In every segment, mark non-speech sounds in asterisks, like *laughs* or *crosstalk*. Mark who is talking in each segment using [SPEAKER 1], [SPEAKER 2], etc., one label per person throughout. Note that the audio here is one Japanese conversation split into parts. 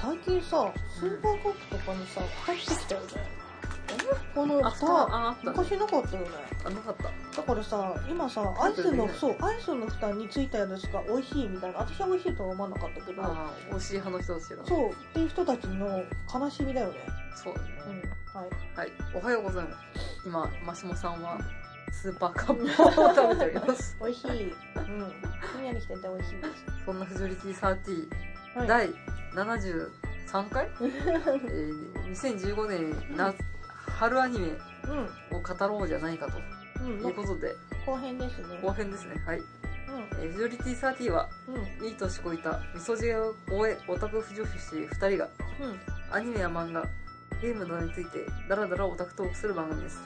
[SPEAKER 1] 最近さスーパーカップとかにさ入ってきたよねこ
[SPEAKER 2] あ
[SPEAKER 1] の
[SPEAKER 2] そこ
[SPEAKER 1] さ
[SPEAKER 2] ああったね
[SPEAKER 1] 昔なかったよね
[SPEAKER 2] あなかった
[SPEAKER 1] だからさ今さアイスのそうアイスの蓋についたやつが美味しいみたいな私は美味しいとは思わなかったけど
[SPEAKER 2] ああ美味しい派の人たちだ
[SPEAKER 1] そうっていう人たちの悲しみだよね
[SPEAKER 2] そうだね、
[SPEAKER 1] うんはい
[SPEAKER 2] はいおはようございます今マシモさんはスーパーカップを食べております *laughs*
[SPEAKER 1] 美味しいうんみんなに来てて美味しいです
[SPEAKER 2] そんなフジョリティサーティ
[SPEAKER 1] はい
[SPEAKER 2] 第73回、 *laughs* えー、2015年夏春アニメ
[SPEAKER 1] う
[SPEAKER 2] を語ろうじゃないかと
[SPEAKER 1] んうん
[SPEAKER 2] い
[SPEAKER 1] の
[SPEAKER 2] うことで
[SPEAKER 1] 後編ですね
[SPEAKER 2] 後編ですねはい、
[SPEAKER 1] う
[SPEAKER 2] えー、フジョリティサーティは
[SPEAKER 1] んうん
[SPEAKER 2] いい年こいたみそじを終えオタク不女子2人が
[SPEAKER 1] うん
[SPEAKER 2] アニメや漫画ゲームなどについてダラダラオタクトークする番組です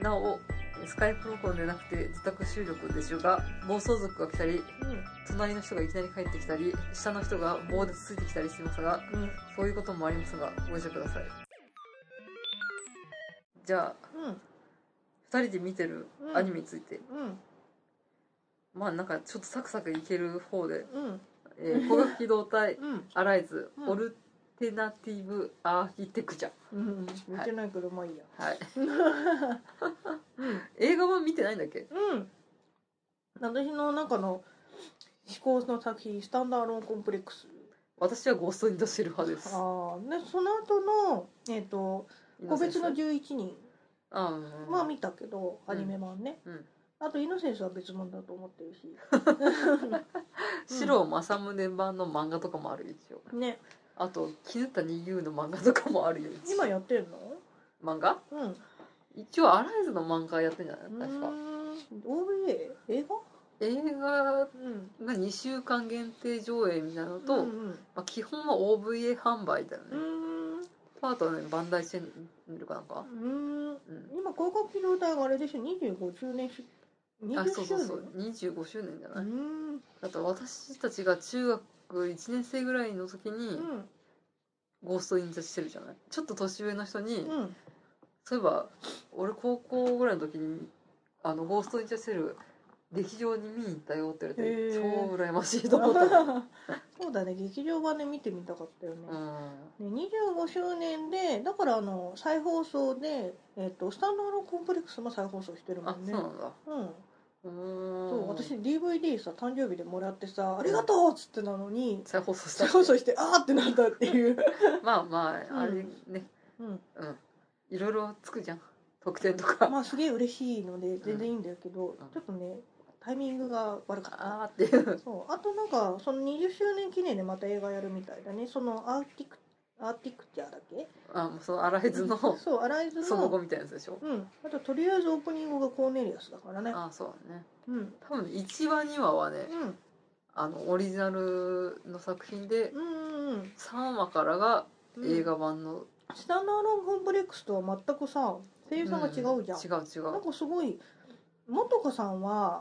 [SPEAKER 2] なおえースカイプ録音でなくて自宅収録でしょうが暴走族が来たり
[SPEAKER 1] うんうん
[SPEAKER 2] 隣の人がいきなり帰ってきたり下の人が棒でつついてきたりしますが
[SPEAKER 1] うん
[SPEAKER 2] そういうこともありますがご容赦くださいじゃあ
[SPEAKER 1] うん
[SPEAKER 2] 2人で見てるアニメについて、
[SPEAKER 1] うん
[SPEAKER 2] まあなんかちょっとサクサクいける方で
[SPEAKER 1] うん
[SPEAKER 2] 「え
[SPEAKER 1] *laughs*
[SPEAKER 2] ー、光学機動隊
[SPEAKER 1] うん
[SPEAKER 2] アライズ、
[SPEAKER 1] うん
[SPEAKER 2] オルテナティブアーキテクチャ
[SPEAKER 1] うん見てないけどまあいいや」
[SPEAKER 2] はい映画は見てないんだっけ
[SPEAKER 1] うん私の中の思考の作品「スタンダーローンコンプレックス」
[SPEAKER 2] 私はゴーストインドシェル派です
[SPEAKER 1] ああでその後のえっ、と個別の
[SPEAKER 2] イノセンス
[SPEAKER 1] 11人
[SPEAKER 2] あーうん
[SPEAKER 1] まあ見たけど、
[SPEAKER 2] う
[SPEAKER 1] ア
[SPEAKER 2] ん
[SPEAKER 1] ニメ版ね、
[SPEAKER 2] うん
[SPEAKER 1] あとイノセンスは別物だと思ってる
[SPEAKER 2] *laughs*
[SPEAKER 1] し
[SPEAKER 2] 白正宗版の漫画とかもあるよ一応
[SPEAKER 1] ね
[SPEAKER 2] あと絹谷優の漫画とかもあるよ一応
[SPEAKER 1] 今やってんの
[SPEAKER 2] 漫画
[SPEAKER 1] うん
[SPEAKER 2] 一応アライズの漫画やってんじゃないう確か
[SPEAKER 1] ーん OVA 映画
[SPEAKER 2] 映画が
[SPEAKER 1] うん
[SPEAKER 2] 2週間限定上映みたいなのと、
[SPEAKER 1] うん
[SPEAKER 2] ま
[SPEAKER 1] うん
[SPEAKER 2] あ、基本は OVA 販売だよね、
[SPEAKER 1] うーん
[SPEAKER 2] パートはねバンダイチェンネルかなんか、
[SPEAKER 1] うーん
[SPEAKER 2] うん、
[SPEAKER 1] 今広角機動隊があれでしょ25周年し
[SPEAKER 2] あ
[SPEAKER 1] 20周
[SPEAKER 2] そう
[SPEAKER 1] 年
[SPEAKER 2] そうそう25周年じゃ
[SPEAKER 1] うー
[SPEAKER 2] ない、
[SPEAKER 1] ん
[SPEAKER 2] あと私たちが中学1年生ぐらいの時に、
[SPEAKER 1] うん
[SPEAKER 2] ゴーストインザしてるじゃないちょっと年上の人に、
[SPEAKER 1] うん
[SPEAKER 2] そういえば俺高校ぐらいの時にあのゴーストインザしてる劇場に見に行ったよって言われて
[SPEAKER 1] へ
[SPEAKER 2] 超
[SPEAKER 1] ー
[SPEAKER 2] 羨ましいと思
[SPEAKER 1] *laughs*
[SPEAKER 2] ったの
[SPEAKER 1] *laughs* そうだね劇場版で見てみたかったよね、
[SPEAKER 2] うん
[SPEAKER 1] で25周年でだからあの再放送で、えっとスタンダードコンプレックスも再放送してるも
[SPEAKER 2] あ
[SPEAKER 1] ん
[SPEAKER 2] そ
[SPEAKER 1] ね
[SPEAKER 2] うなんだ
[SPEAKER 1] うん
[SPEAKER 2] うー
[SPEAKER 1] そ
[SPEAKER 2] ん
[SPEAKER 1] う私 DVD さ誕生日でもらってさ「ありがとう!」っつってなのに
[SPEAKER 2] 再放送した
[SPEAKER 1] *laughs* 再放送して「あー!」ってなったって *laughs* いう
[SPEAKER 2] まあま
[SPEAKER 1] うん
[SPEAKER 2] ああれね
[SPEAKER 1] うん
[SPEAKER 2] うんいろいろつくじゃん特典とか、
[SPEAKER 1] まあすげえ嬉しいので全然いいんだけど、
[SPEAKER 2] ん
[SPEAKER 1] ちょっとねタイミングが悪かった
[SPEAKER 2] *laughs* あーっていう
[SPEAKER 1] そうあとなんかその20周年記念でまた映画やるみたいだねそのアーティクアーティクチャーだっけ
[SPEAKER 2] あもうそのアライズのそ
[SPEAKER 1] そうアライズの
[SPEAKER 2] の後みたいなやつでしょ
[SPEAKER 1] うん、あととりあえずオープニングがコーネリアスだからね
[SPEAKER 2] あーそうだね
[SPEAKER 1] うん
[SPEAKER 2] 多分1話2話はね
[SPEAKER 1] うん
[SPEAKER 2] あのオリジナルの作品で
[SPEAKER 1] うんうん
[SPEAKER 2] 3話からが
[SPEAKER 1] うん
[SPEAKER 2] 映画版の
[SPEAKER 1] スタンダードコンプレックスとは全くさ声優さんが違うじゃん、
[SPEAKER 2] うん違う違
[SPEAKER 1] な
[SPEAKER 2] うん
[SPEAKER 1] かすごい元子さんは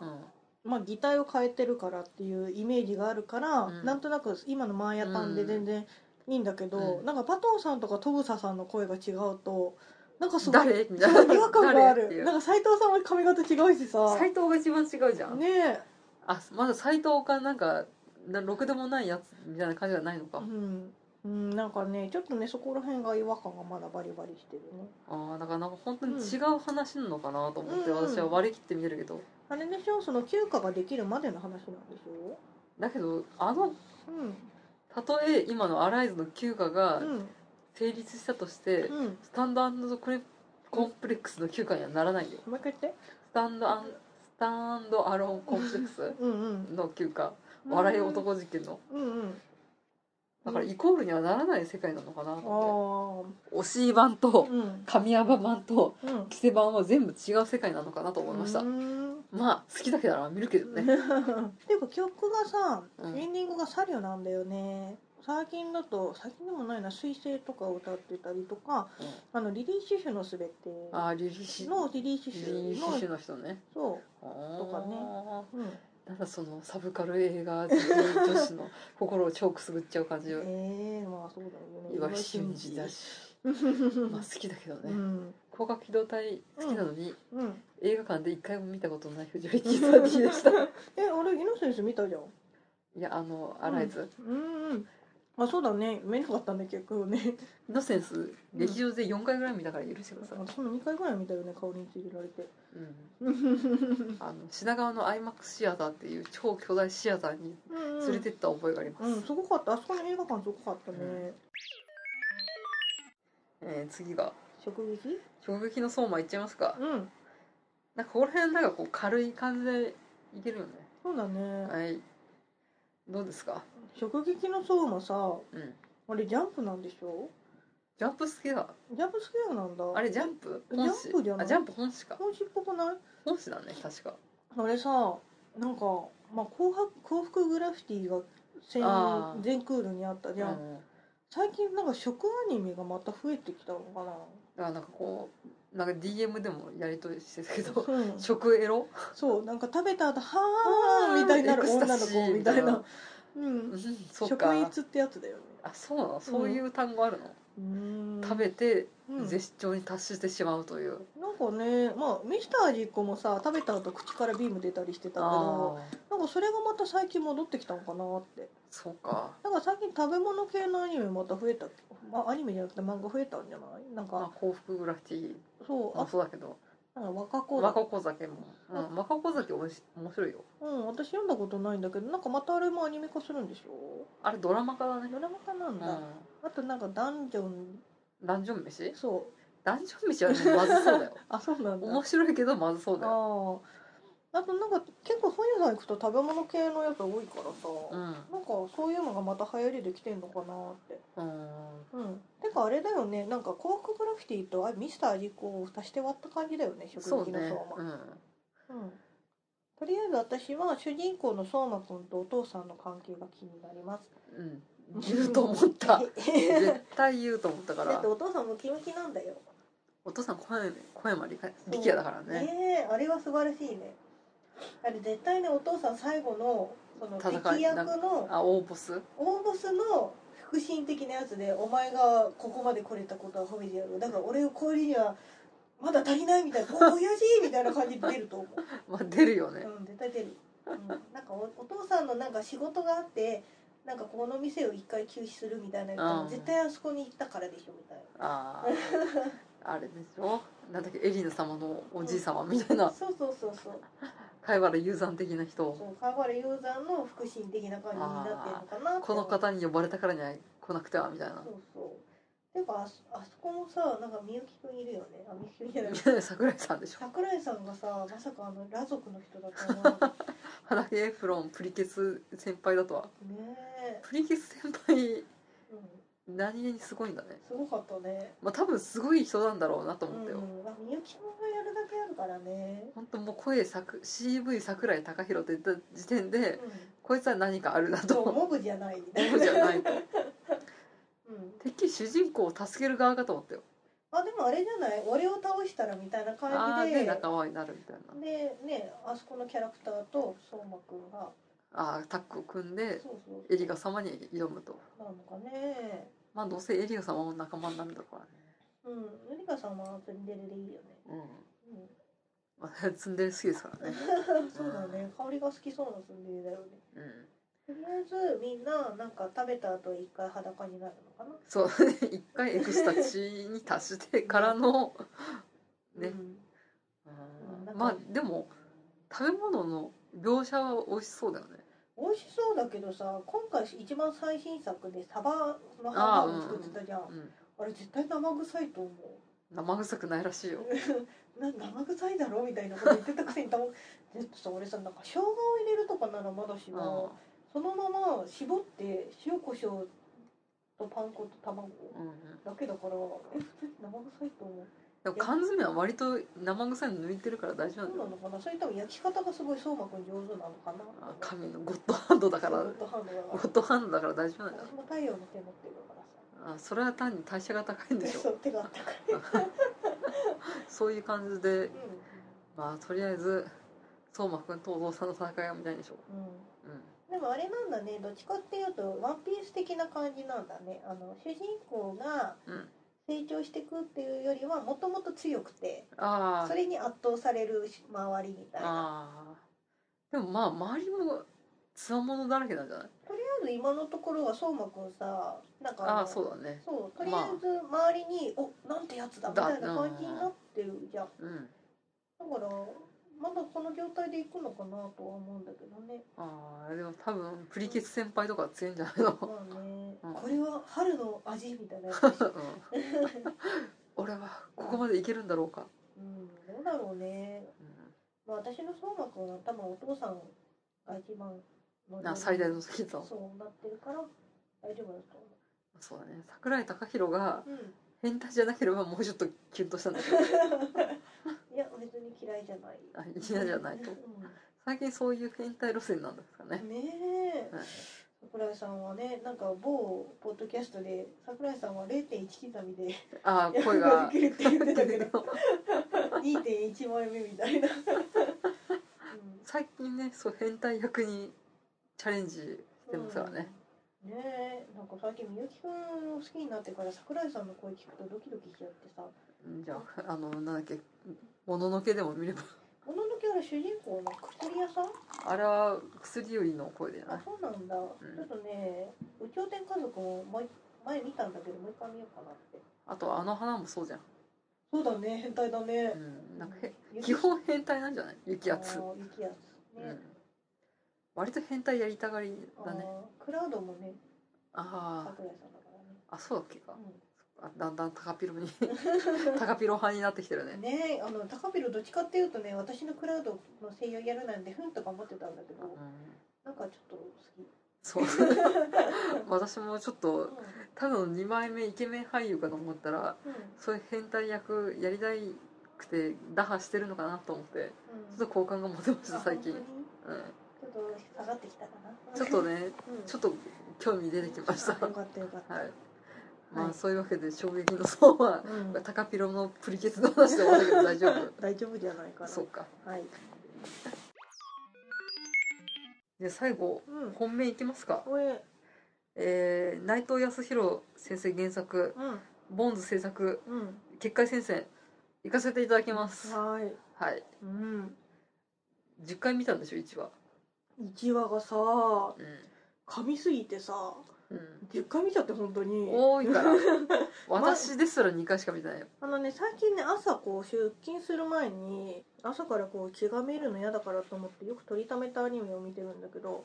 [SPEAKER 2] う、ん
[SPEAKER 1] まあ、擬態を変えてるからっていうイメージがあるから、
[SPEAKER 2] うん
[SPEAKER 1] なんとなく今のマーヤタンで全然いいんだけど、
[SPEAKER 2] うん
[SPEAKER 1] なんかパトンさんとかトブサさんの声が違うとなんかすごい
[SPEAKER 2] 誰みたい
[SPEAKER 1] 違
[SPEAKER 2] な
[SPEAKER 1] 和感があ
[SPEAKER 2] 誰って
[SPEAKER 1] る
[SPEAKER 2] い
[SPEAKER 1] なん
[SPEAKER 2] う
[SPEAKER 1] か斎藤さんは髪型違うしさ
[SPEAKER 2] 斎藤が一番違うじゃん、
[SPEAKER 1] ねえ、
[SPEAKER 2] あまだ斎藤かなんかなろくでもないやつみたいな感じじゃないのか、
[SPEAKER 1] うん、うん、なんかねちょっとねそこら辺が違和感がまだバリバリしてるね
[SPEAKER 2] ああだからなんか本当に違う話なのかなと思って、
[SPEAKER 1] うん
[SPEAKER 2] 私は割り切って見てるけど
[SPEAKER 1] あれでしょその休暇ができるまでの話なんでしょ
[SPEAKER 2] だけどあ
[SPEAKER 1] う
[SPEAKER 2] の
[SPEAKER 1] ん
[SPEAKER 2] たとえ今のアライズの休暇が
[SPEAKER 1] うん
[SPEAKER 2] 成立したとして、
[SPEAKER 1] うん
[SPEAKER 2] スタンドドコレコンプレックスの休暇にはならないよ
[SPEAKER 1] もう一回言って
[SPEAKER 2] スタンドアンスタンドアローンコンプレックス
[SPEAKER 1] うんうん
[SPEAKER 2] の休暇笑い男事件の
[SPEAKER 1] うんうん
[SPEAKER 2] だからイコールにはならない世界なのかな
[SPEAKER 1] あ
[SPEAKER 2] と
[SPEAKER 1] あ
[SPEAKER 2] 思って推し版と
[SPEAKER 1] うん
[SPEAKER 2] 神山版と
[SPEAKER 1] うん
[SPEAKER 2] 着せ版は全部違う世界なのかなと思いました、
[SPEAKER 1] うーん
[SPEAKER 2] まあ好きだけなら見るけどね
[SPEAKER 1] ていうか曲がさ、
[SPEAKER 2] うん
[SPEAKER 1] エンディングが「サリュ」なんだよね最近だと最近でもないな「水星」とかを歌ってたりとか、
[SPEAKER 2] うん
[SPEAKER 1] あのリリー・シュシュのすべて
[SPEAKER 2] ああリリーシ
[SPEAKER 1] のリリー・シュ
[SPEAKER 2] リ
[SPEAKER 1] シ
[SPEAKER 2] リーシ
[SPEAKER 1] ュ
[SPEAKER 2] ュ
[SPEAKER 1] の
[SPEAKER 2] の人ね
[SPEAKER 1] そ
[SPEAKER 2] と
[SPEAKER 1] かねう、うん、
[SPEAKER 2] なんかそのサブカル映画好き女子の心を超くすぐっちゃう感
[SPEAKER 1] *laughs*
[SPEAKER 2] じ
[SPEAKER 1] え
[SPEAKER 2] を
[SPEAKER 1] えー、まあそうだよね
[SPEAKER 2] 岩井俊二だしまあ好きだけど
[SPEAKER 1] う
[SPEAKER 2] ね
[SPEAKER 1] ん
[SPEAKER 2] 広角機動隊好きなのに、
[SPEAKER 1] うん
[SPEAKER 2] 映画館で一回も見たことない藤原キサでした
[SPEAKER 1] えあれイノセンス見たじゃん
[SPEAKER 2] いやあのアライズ、
[SPEAKER 1] うんうんあそうだね見なかったね結構ね
[SPEAKER 2] のセンス劇場で4回ぐらい見たから許してください、
[SPEAKER 1] その2回ぐらい見たよね顔についてられて
[SPEAKER 2] うん、あの品川の IMAX シアターっていう超巨大シアターに
[SPEAKER 1] うん
[SPEAKER 2] 連れてった覚えがあります、
[SPEAKER 1] うんすごかったあそこの映画館すごかったね、
[SPEAKER 2] うんえー次が
[SPEAKER 1] 食撃
[SPEAKER 2] 直撃の相馬いっちゃいますか、
[SPEAKER 1] うん
[SPEAKER 2] なんかここら辺なんかこう軽い感じでいけるよね
[SPEAKER 1] そうだね
[SPEAKER 2] はいどうですか
[SPEAKER 1] 食撃の相馬さ
[SPEAKER 2] うん
[SPEAKER 1] あれジャンプなんでしょ
[SPEAKER 2] ジャンプ好きだ
[SPEAKER 1] ジャンプスケアなんだ
[SPEAKER 2] あれジャンプ本誌
[SPEAKER 1] ジャンプじゃない
[SPEAKER 2] あジャンプ本誌か
[SPEAKER 1] 本誌っぽくない
[SPEAKER 2] 本誌だね確か
[SPEAKER 1] あれさなんか、まあ、紅白幸福グラフィティが先
[SPEAKER 2] あー
[SPEAKER 1] 全クールにあったじゃん、
[SPEAKER 2] うんだ
[SPEAKER 1] 最近なんか食アニメがまた増えてきたのかな
[SPEAKER 2] からなんかこうなんか DM でもやりとりしてたけど *laughs*
[SPEAKER 1] うん
[SPEAKER 2] 食エロ *laughs*
[SPEAKER 1] そうなんか食べた後はーみたいになる
[SPEAKER 2] エクス
[SPEAKER 1] 女
[SPEAKER 2] タ
[SPEAKER 1] の
[SPEAKER 2] シ
[SPEAKER 1] 子
[SPEAKER 2] ー
[SPEAKER 1] みたいなう
[SPEAKER 2] うんんそう
[SPEAKER 1] 食
[SPEAKER 2] か
[SPEAKER 1] 一ってやつだよね
[SPEAKER 2] あそうなのそういう単語あるの、
[SPEAKER 1] うーん
[SPEAKER 2] 食べて
[SPEAKER 1] うん
[SPEAKER 2] 絶頂に達してしまうという、
[SPEAKER 1] なんかねまあミスター味っ子もさ食べた後口からビーム出たりしてたけ
[SPEAKER 2] あ
[SPEAKER 1] ど
[SPEAKER 2] あ
[SPEAKER 1] なんかそれがまた最近戻ってきたのかなって
[SPEAKER 2] そうか
[SPEAKER 1] なんか最近食べ物系のアニメまた増えた、まあ、アニメじゃなくて漫画増えたんじゃないなん
[SPEAKER 2] まあ
[SPEAKER 1] か
[SPEAKER 2] 幸福グラフィテ
[SPEAKER 1] そう
[SPEAKER 2] ィも
[SPEAKER 1] あ
[SPEAKER 2] そうだけど
[SPEAKER 1] なんか若子だ
[SPEAKER 2] 若子酒も、うん、若子酒おいし面白いよ
[SPEAKER 1] うん私読んだことないんだけどなんかまたあれもアニメ化するんでしょ
[SPEAKER 2] あれドラマ化だね
[SPEAKER 1] ドラマ化なんだ、
[SPEAKER 2] う
[SPEAKER 1] あとなんかダンジョン
[SPEAKER 2] んダンジョン飯
[SPEAKER 1] そう
[SPEAKER 2] ダンジョン飯はねまずそうだよ
[SPEAKER 1] あ *laughs* そうなんだ
[SPEAKER 2] 面白いけどまずそうだよ、
[SPEAKER 1] あああとなんか結構本屋さん行くと食べ物系のやつ多いからさ、
[SPEAKER 2] うん
[SPEAKER 1] なんかそういうのがまた流行りできてんのかなって
[SPEAKER 2] うん、
[SPEAKER 1] うんてかあれだよねなんか幸福グラフィティとあミスター味こを足して割った感じだよね食
[SPEAKER 2] そう
[SPEAKER 1] 撃の
[SPEAKER 2] ね
[SPEAKER 1] 相、
[SPEAKER 2] う
[SPEAKER 1] 馬、
[SPEAKER 2] ん、
[SPEAKER 1] うんとりあえず私は主人公の相馬くんとお父さんの関係が気になります *laughs*
[SPEAKER 2] うん、言うと思っ
[SPEAKER 1] だ
[SPEAKER 2] た絶対言うと思ったか
[SPEAKER 1] っ
[SPEAKER 2] ら
[SPEAKER 1] てお父さんムキムキなんだよ
[SPEAKER 2] お父さん声声も理解力也だからね
[SPEAKER 1] ねえあれは素晴らしいねあれ絶対ねお父さん最後のその
[SPEAKER 2] 戦い
[SPEAKER 1] 敵役の
[SPEAKER 2] あ大ボス
[SPEAKER 1] 大ボスの腹心的なやつで「お前がここまで来れたことは褒めてやる」だから俺を超えるにはまだ足りないみたいな「お親父!」みたいな感じで出ると思う、
[SPEAKER 2] まあ出るよね、
[SPEAKER 1] うん、絶対出る、うん、なんかおお父さんのなんか仕事があってなんかこの店を一回休止するみたいな言ったら
[SPEAKER 2] うん
[SPEAKER 1] 絶対あそこに行ったからでしょみたい
[SPEAKER 2] あああれでしょなんだっけエリーナ様のおじい様みたい
[SPEAKER 1] な
[SPEAKER 2] な
[SPEAKER 1] そうそうそうそう
[SPEAKER 2] 貝原雄山的な人
[SPEAKER 1] そう川原雄山の腹心的な感じになってるのかなって
[SPEAKER 2] この方に呼ばれたからには来なく *laughs* てはみたい
[SPEAKER 1] そうそうてかあそあそこもさなんかみゆきくんいるよねあみゆきくんじゃない
[SPEAKER 2] な桜井さんでしょ
[SPEAKER 1] 桜井さんがさまさかあの裸族の人だったのは
[SPEAKER 2] 花毛エプロンプリケツ先輩だとは
[SPEAKER 1] ねえ、
[SPEAKER 2] プリケツ先輩
[SPEAKER 1] うん、
[SPEAKER 2] 何気にすごいんだね
[SPEAKER 1] すごかったね
[SPEAKER 2] まあ多分すごい人なんだろうなと
[SPEAKER 1] うん
[SPEAKER 2] 思ったよ、
[SPEAKER 1] まあみゆきくんがやるだけあるからね
[SPEAKER 2] 本当もう声さく CV 桜井貴弘って言った時点で、
[SPEAKER 1] う、
[SPEAKER 2] こいつは何かあるなん
[SPEAKER 1] そう
[SPEAKER 2] と
[SPEAKER 1] モブじゃないみたい
[SPEAKER 2] 思
[SPEAKER 1] な
[SPEAKER 2] うじゃないと
[SPEAKER 1] うん、
[SPEAKER 2] てっきり主人公を助ける側かと思
[SPEAKER 1] *laughs*
[SPEAKER 2] ったよ
[SPEAKER 1] あでもあれじゃない俺を倒したらみたいな
[SPEAKER 2] ああ
[SPEAKER 1] 感
[SPEAKER 2] ー
[SPEAKER 1] じ
[SPEAKER 2] で
[SPEAKER 1] で
[SPEAKER 2] 仲間になるみたいな
[SPEAKER 1] でねあそこのキャラクターと相馬くんが
[SPEAKER 2] あータッグを組んで
[SPEAKER 1] そうそう
[SPEAKER 2] エリガ様に挑むと
[SPEAKER 1] なのかね
[SPEAKER 2] まあどうせエリガ様も仲間になるんだからね
[SPEAKER 1] うんゆりかさんはツンデレでいいよね
[SPEAKER 2] うん
[SPEAKER 1] うん
[SPEAKER 2] まあ *laughs* ツンデレ好きですからね
[SPEAKER 1] そうだね、香りが好きそうなスンデレだよね。
[SPEAKER 2] うん
[SPEAKER 1] とりあえずみんななんか食べた後一回裸になるのかな。
[SPEAKER 2] そう *laughs* 一回エクスタチに達してからの
[SPEAKER 1] う
[SPEAKER 2] ね
[SPEAKER 1] ん
[SPEAKER 2] うんまあでも食べ物の描写は美味しそうだよね
[SPEAKER 1] 美味しそうだけどさ、今回一番最新作でサバのハンバーグ作ってたじゃん。あ,、
[SPEAKER 2] うん
[SPEAKER 1] れ絶対生臭いと思
[SPEAKER 2] 生臭くないらしいよ
[SPEAKER 1] う。な生臭いだろみたいなこと言ってたくせに *laughs* 多分でさ俺さなんか生姜を入れるとかならまだし
[SPEAKER 2] うん
[SPEAKER 1] も、そのまま絞って塩コショウとパン粉と卵
[SPEAKER 2] うんうん
[SPEAKER 1] だけだからえ普通に生臭いと思う。
[SPEAKER 2] でも缶詰は割と生臭いの抜いてるから大丈夫
[SPEAKER 1] そ
[SPEAKER 2] な
[SPEAKER 1] うんな
[SPEAKER 2] だよ
[SPEAKER 1] のかなそれ多分焼き方がすごい相馬くん上手なのかな
[SPEAKER 2] あ神のゴッドハンドだか
[SPEAKER 1] そ
[SPEAKER 2] ら
[SPEAKER 1] うゴッドハンドだ
[SPEAKER 2] ゴ
[SPEAKER 1] か
[SPEAKER 2] ッドハンドだから大丈夫なんだ
[SPEAKER 1] ら
[SPEAKER 2] よ
[SPEAKER 1] 私も太陽の手持ってるからさ
[SPEAKER 2] あそれは単に代謝が高いんでしょ
[SPEAKER 1] そう手があったから
[SPEAKER 2] そういう感じで
[SPEAKER 1] う
[SPEAKER 2] まあとりあえず相馬くんとお父さんの戦いは見たいんでしょ
[SPEAKER 1] ん、うん
[SPEAKER 2] う、うん、
[SPEAKER 1] でもあれなんだねどっちかっていうとワンピース的な感じなんだねあの主人公が
[SPEAKER 2] うん
[SPEAKER 1] 成長していくっていうよりはもともと強くて
[SPEAKER 2] ああ
[SPEAKER 1] それに圧倒されるし周りみたいな
[SPEAKER 2] あーでもまあ周りもつわものだらけなんじゃない
[SPEAKER 1] とりあえず今のところは相馬くんさなんか
[SPEAKER 2] あ
[SPEAKER 1] の
[SPEAKER 2] あーそうだね
[SPEAKER 1] そうとりあえず周りに「おなんてやつだ」みたいな感じになってるじゃん
[SPEAKER 2] うん
[SPEAKER 1] だからまだこの状態でいくのかなとは思うんだけどね
[SPEAKER 2] ああでも多分プリケツ先輩とか強いんじゃない *laughs* の、
[SPEAKER 1] まあね、
[SPEAKER 2] うん
[SPEAKER 1] これは春の味みたいなやつでし
[SPEAKER 2] う
[SPEAKER 1] ょ
[SPEAKER 2] ん、 *laughs* 俺はここまでいけるんだろうか、
[SPEAKER 1] うんどうだろうね
[SPEAKER 2] う
[SPEAKER 1] まあ私の相馬くんは多分お父さんが一番
[SPEAKER 2] ん、な最大の
[SPEAKER 1] そ
[SPEAKER 2] 好きだ
[SPEAKER 1] うなってるから大丈夫だと
[SPEAKER 2] そうだね桜井貴宏が
[SPEAKER 1] 思う、うん
[SPEAKER 2] 変態じゃなければもうちょっとキュンとしたんだけど *laughs*
[SPEAKER 1] いや別に嫌いじゃない
[SPEAKER 2] あ嫌じゃないと
[SPEAKER 1] う
[SPEAKER 2] 最近そういう変態路線なんですかね
[SPEAKER 1] ん、ねえ
[SPEAKER 2] うん
[SPEAKER 1] 桜井さんはねなんか某ポッドキャストで桜井さんは0.1刻みで *laughs*
[SPEAKER 2] ああ声
[SPEAKER 1] いや
[SPEAKER 2] が
[SPEAKER 1] できるって言ってたけど
[SPEAKER 2] ど
[SPEAKER 1] 2.1枚目みたいな、うん
[SPEAKER 2] 最近ねそう変態役にチャレンジしてますからね、
[SPEAKER 1] うん。ねえなんか最近みゆきくんを好きになってから桜井さんの声聞くとドキドキしちゃってさ
[SPEAKER 2] うんじゃああのなんだっけもののけでも見れば
[SPEAKER 1] もののけあれ主人公の薬屋さん
[SPEAKER 2] あれは薬売りの声じゃない
[SPEAKER 1] あそうなんだ、
[SPEAKER 2] ん
[SPEAKER 1] ちょっとね「有頂天家族」も前前見たんだけどもう一回見ようかなって
[SPEAKER 2] あとあの花もそうじゃん、
[SPEAKER 1] そうだね変態だね
[SPEAKER 2] うん、なんかへ
[SPEAKER 1] 雪
[SPEAKER 2] 基本変態なんじゃない雪圧
[SPEAKER 1] あー雪やつ
[SPEAKER 2] う
[SPEAKER 1] ね
[SPEAKER 2] ん、割と変態やりたがりだね
[SPEAKER 1] あークラウドもね
[SPEAKER 2] あ
[SPEAKER 1] 桜井さんだからね
[SPEAKER 2] ああそうだっけか
[SPEAKER 1] う
[SPEAKER 2] あだんだん高ピロ
[SPEAKER 1] *laughs*
[SPEAKER 2] に高ピロ派になってきてる
[SPEAKER 1] ん
[SPEAKER 2] ね
[SPEAKER 1] ねえあの高ビルどっちかっていうとね私のクラウドの声優やるなんてふんとか思ってたんだけ
[SPEAKER 2] うん
[SPEAKER 1] どなんかちょっと好き *laughs*
[SPEAKER 2] そう私もちょっと
[SPEAKER 1] う
[SPEAKER 2] ただの2枚目イケメン俳優かと思ったら
[SPEAKER 1] んうん
[SPEAKER 2] そういう変態役やりたいくて打破してるのかなと思ってちょっと好感が持てました
[SPEAKER 1] あ
[SPEAKER 2] 最近、う
[SPEAKER 1] 本当に
[SPEAKER 2] ん、
[SPEAKER 1] ちょっと下がってきたかな
[SPEAKER 2] ちょっとね
[SPEAKER 1] うん
[SPEAKER 2] ちょっと興味出てきました
[SPEAKER 1] あよかったよかった、
[SPEAKER 2] はいま
[SPEAKER 1] は
[SPEAKER 2] あ
[SPEAKER 1] い
[SPEAKER 2] そういうわけで衝撃の層は
[SPEAKER 1] うん
[SPEAKER 2] タカピロのプリケツの話で終わるけど大丈
[SPEAKER 1] *laughs* 大丈夫じゃないか
[SPEAKER 2] 夫
[SPEAKER 1] な
[SPEAKER 2] そうか
[SPEAKER 1] はい、
[SPEAKER 2] で最後
[SPEAKER 1] うん、
[SPEAKER 2] 本命いきますか、
[SPEAKER 1] これ
[SPEAKER 2] えー、内藤康弘先生原作
[SPEAKER 1] うん
[SPEAKER 2] ボーンズ制作
[SPEAKER 1] うん
[SPEAKER 2] 結界戦線行かせていただきます
[SPEAKER 1] はい
[SPEAKER 2] はい
[SPEAKER 1] うん
[SPEAKER 2] 10回見たんでしょ1話
[SPEAKER 1] 1話がさ
[SPEAKER 2] う
[SPEAKER 1] 噛みすぎてさ
[SPEAKER 2] ん、うん、
[SPEAKER 1] 10回見ちゃって本当に
[SPEAKER 2] 多いから *laughs* 私ですら2回しか見てないよ
[SPEAKER 1] あのね最近ね朝こう出勤する前に朝からこう血が見るの嫌だからと思ってよく取りためたアニメを見てるんだけど、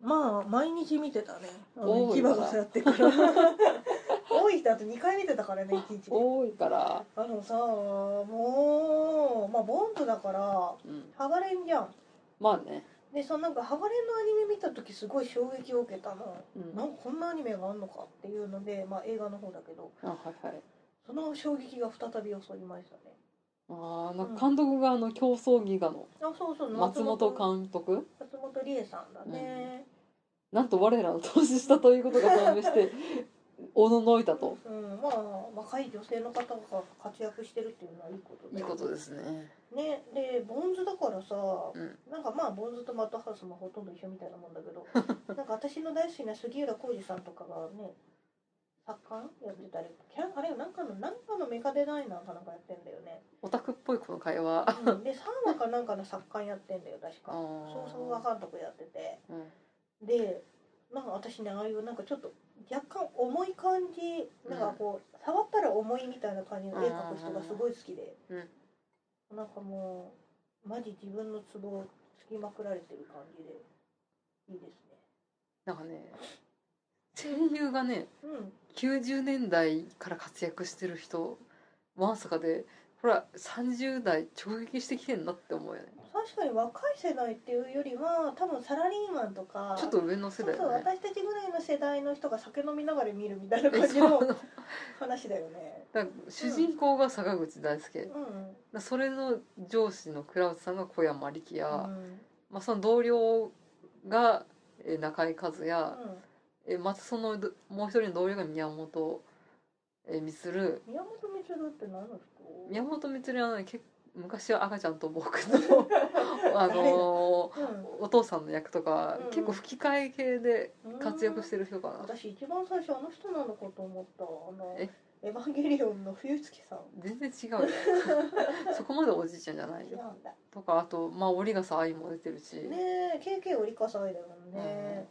[SPEAKER 1] まあ毎日見てたねあの
[SPEAKER 2] 多
[SPEAKER 1] 牙
[SPEAKER 2] いわ
[SPEAKER 1] がそうやってから多い人あと2回見てたからね一日
[SPEAKER 2] 多いから、
[SPEAKER 1] あのさもうまあボンドだから
[SPEAKER 2] うん、
[SPEAKER 1] ハガレンじゃん
[SPEAKER 2] まあね、
[SPEAKER 1] でそのなんかハガレンのアニメ見た時すごい衝撃を受けたの
[SPEAKER 2] うん
[SPEAKER 1] なんかこんなアニメがあんのかっていうので、まあ、映画の方だけど
[SPEAKER 2] あはいはい
[SPEAKER 1] その衝撃が再び襲いましたね
[SPEAKER 2] あーなんか監督があの競争ギガの
[SPEAKER 1] あそうそう
[SPEAKER 2] 松本監督
[SPEAKER 1] 松本理恵さんだね、
[SPEAKER 2] なんと我らの年下ということが判明して *laughs* おののいたと
[SPEAKER 1] うんまあ若い女性の方が活躍してるっていうのはいいこと
[SPEAKER 2] いいことですすね
[SPEAKER 1] ねでボンズだからさ、
[SPEAKER 2] ん
[SPEAKER 1] なんかまあボンズとマットハウスもほとんど一緒みたいなもんだけどなんか私の大好きな杉浦浩二さんとかがね作家やってたりキャあれなんかのなんかのメガデザイナーかなんかやってんだよね、
[SPEAKER 2] オタクっぽいこの会話
[SPEAKER 1] うん、で3話かなんかの作家やってんだよ確か
[SPEAKER 2] そう
[SPEAKER 1] 総作画監督やってて
[SPEAKER 2] うん
[SPEAKER 1] でなんか私ねああいうなんかちょっと若干重い感じなんかこう、触ったら重いみたいな感じの絵描く人がすごい好きで、
[SPEAKER 2] うん
[SPEAKER 1] なんかもうマジ自分のツボをつきまくられてる感じでいいですね
[SPEAKER 2] なんかね声優がね
[SPEAKER 1] うん
[SPEAKER 2] 90年代から活躍してる人まさかでほら30代直撃してきてんなって思うよね
[SPEAKER 1] 確かに若い世代っていうよりは多分サラリーマンとか
[SPEAKER 2] ちょっと上の
[SPEAKER 1] そ
[SPEAKER 2] 世
[SPEAKER 1] う
[SPEAKER 2] 代
[SPEAKER 1] そう
[SPEAKER 2] だね
[SPEAKER 1] 私たちぐらいの世代の人が酒飲みながら見るみたいな
[SPEAKER 2] え
[SPEAKER 1] 感じ
[SPEAKER 2] そう
[SPEAKER 1] の
[SPEAKER 2] だ
[SPEAKER 1] 話だよね
[SPEAKER 2] から主人公が坂口大輔
[SPEAKER 1] うんうん
[SPEAKER 2] だそれの上司の倉内さんが小山力也、
[SPEAKER 1] うん
[SPEAKER 2] まあ、その同僚がえー中井和也、
[SPEAKER 1] うん
[SPEAKER 2] えーまたそのどもう一人の同僚が宮本えー満
[SPEAKER 1] 宮本みつるって何の人
[SPEAKER 2] 宮本満はね結昔は赤ちゃんと僕 *laughs* のあのー
[SPEAKER 1] うん
[SPEAKER 2] お父さんの役とか、
[SPEAKER 1] うんうん
[SPEAKER 2] 結構吹き替え系で活躍しててる人かな、
[SPEAKER 1] 私一番最初あの人なのかと思ったあの
[SPEAKER 2] え
[SPEAKER 1] エヴァンゲリオンの冬月さん
[SPEAKER 2] 全然違うよ
[SPEAKER 1] *laughs*
[SPEAKER 2] そこまでおじいちゃんじゃない
[SPEAKER 1] 違
[SPEAKER 2] よ
[SPEAKER 1] うんだ
[SPEAKER 2] とかあとまあ折笠愛も出てるし、
[SPEAKER 1] ねえ KK 折り重ねだもんね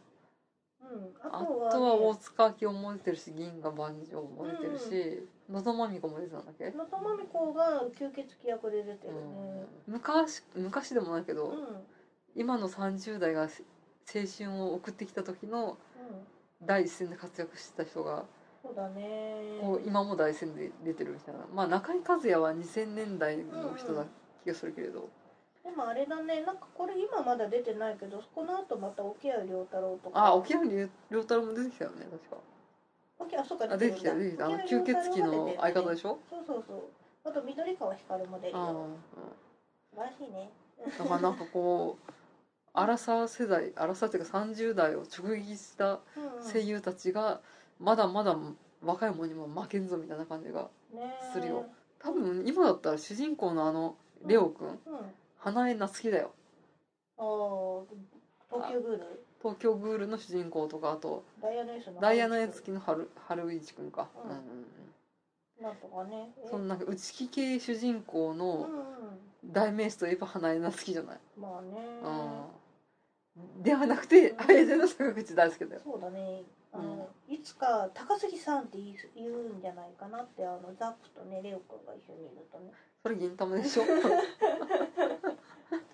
[SPEAKER 1] うんあ
[SPEAKER 2] あ
[SPEAKER 1] とは,、ね、
[SPEAKER 2] とは大塚明夫も出てるし銀河万丈も出てるし、野田真美子も出てたんだっけ、
[SPEAKER 1] 野田真美子が吸血鬼役で出てるね
[SPEAKER 2] うん、昔昔でもないけど、
[SPEAKER 1] うん、うん
[SPEAKER 2] 今の30代が青春を送ってきた時の第一線で活躍してた人が
[SPEAKER 1] そうだね
[SPEAKER 2] こう今も第一線で出てるみたいなまあ中井和也は2000年代の人だ気がするけれど、
[SPEAKER 1] でもあれだねなんかこれ今まだ出てないけどこの後また沖合良太郎とか
[SPEAKER 2] あ沖縄龍太郎も出てきたよね確か
[SPEAKER 1] 沖合そうか
[SPEAKER 2] あ出てきた出てきたあの吸血鬼の相方で
[SPEAKER 1] し
[SPEAKER 2] しょ
[SPEAKER 1] そうそうそうあと緑川光も出る
[SPEAKER 2] あ
[SPEAKER 1] よ素晴らしいね
[SPEAKER 2] あだからなんかこう荒沢世代荒沢っていうか30代を直撃した
[SPEAKER 1] うんうん
[SPEAKER 2] 声優たちがまだまだ若い者にも負けんぞみたいな感じが
[SPEAKER 1] ねえ
[SPEAKER 2] するよ多分今だったら主人公のあのレオくん
[SPEAKER 1] うんあ
[SPEAKER 2] 花江夏樹だよ
[SPEAKER 1] あ東急グール
[SPEAKER 2] 東京グールの主人公とかあと
[SPEAKER 1] ダイアナエスの
[SPEAKER 2] ダイアナ月の春春一くんか、
[SPEAKER 1] うん
[SPEAKER 2] うんうんうん
[SPEAKER 1] なんとかねえ
[SPEAKER 2] そのなんか内気系主人公
[SPEAKER 1] うんう
[SPEAKER 2] の
[SPEAKER 1] ん
[SPEAKER 2] 代名詞といえば花江夏樹じゃない、
[SPEAKER 1] まあね
[SPEAKER 2] うん、ではなくて
[SPEAKER 1] うん
[SPEAKER 2] あやちゃんの坂口大輔だよ
[SPEAKER 1] そうだねあの、いつか高杉さんって言い言うんじゃないかなってあのザップとねレオ君が一緒にいると
[SPEAKER 2] *laughs*
[SPEAKER 1] ね
[SPEAKER 2] それ銀玉で
[SPEAKER 1] *laughs*
[SPEAKER 2] しょ、
[SPEAKER 1] そう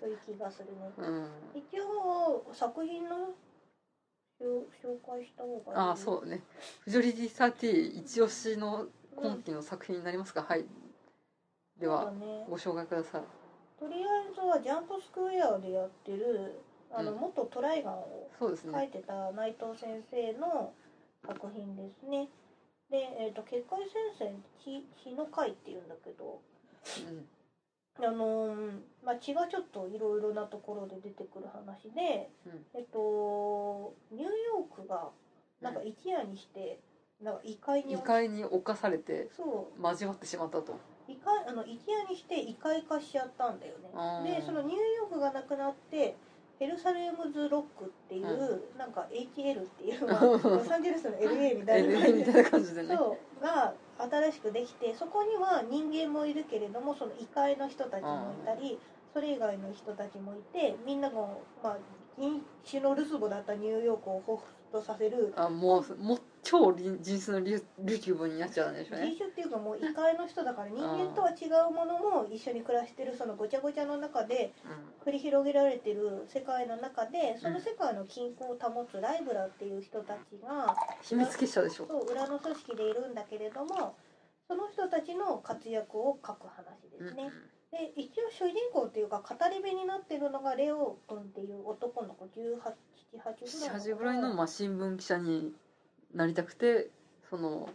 [SPEAKER 1] いう気がするね
[SPEAKER 2] うん、
[SPEAKER 1] 一応作品の紹紹介した方がいい、
[SPEAKER 2] ああそううねフジョリティサーティ一押しの
[SPEAKER 1] うん
[SPEAKER 2] 今期の作品になりますか、はいで
[SPEAKER 1] そ
[SPEAKER 2] は
[SPEAKER 1] うだね
[SPEAKER 2] ご紹介ください
[SPEAKER 1] とりあえずはジャンプスクエアでやってるあの、
[SPEAKER 2] うん
[SPEAKER 1] 元トライガンを
[SPEAKER 2] そうですね、
[SPEAKER 1] 書いてた内藤先生の作品ですねで、えー、と結界戦線日日の会っていうんだけど
[SPEAKER 2] うん
[SPEAKER 1] あのーまあ、血がちょっといろいろなところで出てくる話で、
[SPEAKER 2] うん
[SPEAKER 1] えっと、ニューヨークがなんか一夜にして、なんか異界に
[SPEAKER 2] 異界に侵されて
[SPEAKER 1] そう
[SPEAKER 2] 交わってしまったと
[SPEAKER 1] 異界あの一夜にして異界化しちゃったんだよ
[SPEAKER 2] あ
[SPEAKER 1] ね
[SPEAKER 2] ー
[SPEAKER 1] でそのニューヨークがなくなってヘルサレムズロックっていう、
[SPEAKER 2] う
[SPEAKER 1] なんか HL って
[SPEAKER 2] *laughs*
[SPEAKER 1] いう、まあロサンゼルスの LA みたいな
[SPEAKER 2] LA みたいな感じでね
[SPEAKER 1] そうが新しくできてそこには人間もいるけれどもその異界の人たちもいたりそれ以外の人たちもいてみんなも、まあ、人種のルツボだったニューヨークを彷彿とさせる
[SPEAKER 2] あもうもう超人人種のリュリュキュボになっちゃうんでしょう
[SPEAKER 1] 人
[SPEAKER 2] ね
[SPEAKER 1] 種っていうかもう異界の人だから人間とは違うものも一緒に暮らしてるそのごちゃごちゃの中で繰り広げられてる世界の中でその世界の均衡を保つライブラっていう人たちが。
[SPEAKER 2] 秘密結社でしょ
[SPEAKER 1] そう裏の組織でいるんだけれどもその人たちの活躍を書く話ですね、で一応主人公っていうか語り部になってるのがレオ君っていう男の子
[SPEAKER 2] 7
[SPEAKER 1] 1878ぐ
[SPEAKER 2] 8ぐ
[SPEAKER 1] ら
[SPEAKER 2] ら
[SPEAKER 1] い
[SPEAKER 2] い
[SPEAKER 1] の
[SPEAKER 2] の、まあ、新聞記者になりたくてその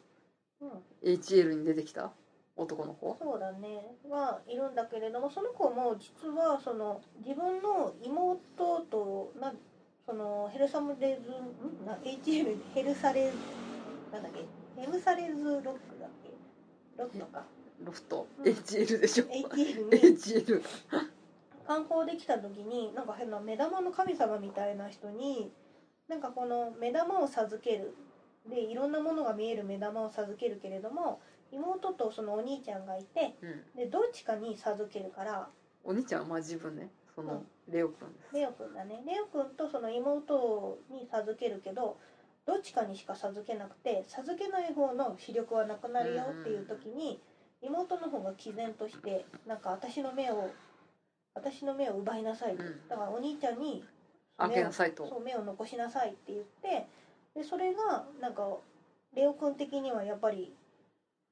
[SPEAKER 2] HL に出てきた男の
[SPEAKER 1] うん
[SPEAKER 2] 子、
[SPEAKER 1] そうだねはいるんだけれどもその子も実はその自分の妹となそのヘルサムレズんな HL ヘルサレズなんだっけヘルサレズロックだっけロックか
[SPEAKER 2] ロフト、
[SPEAKER 1] うん
[SPEAKER 2] HL でしょ
[SPEAKER 1] HL に *laughs*
[SPEAKER 2] HL
[SPEAKER 1] 観光できた時になんか変な目玉の神様みたいな人になんかこの目玉を授けるでいろんなものが見える目玉を授けるけれども妹とそのお兄ちゃんがいて
[SPEAKER 2] うん
[SPEAKER 1] でどっちかに授けるから
[SPEAKER 2] お兄ちゃんはまあ自分ねそのレオ君です、
[SPEAKER 1] レオくんだねレオくんとその妹に授けるけどどっちかにしか授けなくて授けない方の視力はなくなるよっていう時に妹の方が毅然としてなんか私の目を私の目を奪いなさいと
[SPEAKER 2] うん
[SPEAKER 1] だからお兄ちゃんに
[SPEAKER 2] 開けなさい
[SPEAKER 1] そ
[SPEAKER 2] と
[SPEAKER 1] う目を残しなさいって言ってでそれがなんかレオ君的にはやっぱり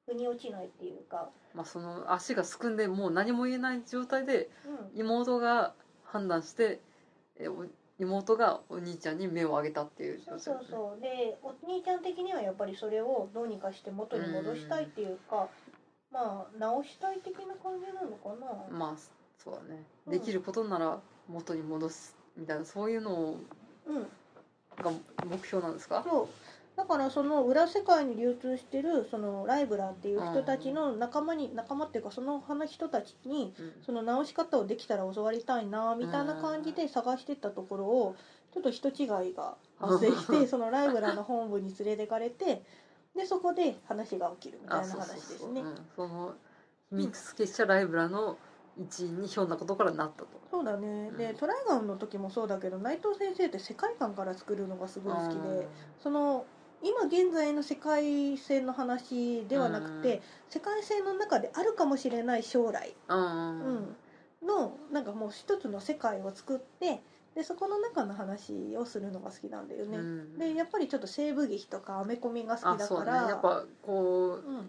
[SPEAKER 1] 腑に落ちないっていうか、
[SPEAKER 2] まあ、その足がすくんでもう何も言えない状態で
[SPEAKER 1] うん、
[SPEAKER 2] 妹が判断してえお妹がお兄ちゃんに目をあげたっていう
[SPEAKER 1] そうそうそうでお兄ちゃん的にはやっぱりそれをどうにかして元に戻したいっていうかまあ直したい的な感じなのかな、
[SPEAKER 2] まあそうだね
[SPEAKER 1] うん
[SPEAKER 2] できることなら元に戻すみたいなそういうの
[SPEAKER 1] うん
[SPEAKER 2] が目標なんですか
[SPEAKER 1] そうだからその裏世界に流通してるそのライブラっていう人たちの仲間に仲間っていうかその話人たちに
[SPEAKER 2] うん
[SPEAKER 1] その直し方をできたら教わりたいなみたいな感じで探してったところをちょっと人違いが発生してそのライブラの本部に連れてかれてでそこで話が起きるみたい
[SPEAKER 2] あ
[SPEAKER 1] な
[SPEAKER 2] そう
[SPEAKER 1] 話
[SPEAKER 2] そう
[SPEAKER 1] です
[SPEAKER 2] そう、
[SPEAKER 1] ね
[SPEAKER 2] うん、その秘密結社ライブラの一員にひょんなことからなったと
[SPEAKER 1] そうだね、
[SPEAKER 2] う
[SPEAKER 1] で
[SPEAKER 2] ん
[SPEAKER 1] トライガンの時もそうだけど内藤先生って世界観から作るのがすごい好きでその今現在の世界線の話ではなくて、
[SPEAKER 2] う
[SPEAKER 1] 世界線の中であるかもしれない将来
[SPEAKER 2] うんうん
[SPEAKER 1] うん、のなんかもう一つの世界を作ってでそこの中の話をするのが好きなんだよ
[SPEAKER 2] うん
[SPEAKER 1] ね、
[SPEAKER 2] うん
[SPEAKER 1] でやっぱりちょっと西部劇とかアメコミが好
[SPEAKER 2] あ
[SPEAKER 1] きだ
[SPEAKER 2] そう
[SPEAKER 1] か
[SPEAKER 2] ね
[SPEAKER 1] ら
[SPEAKER 2] やっぱこう、
[SPEAKER 1] うん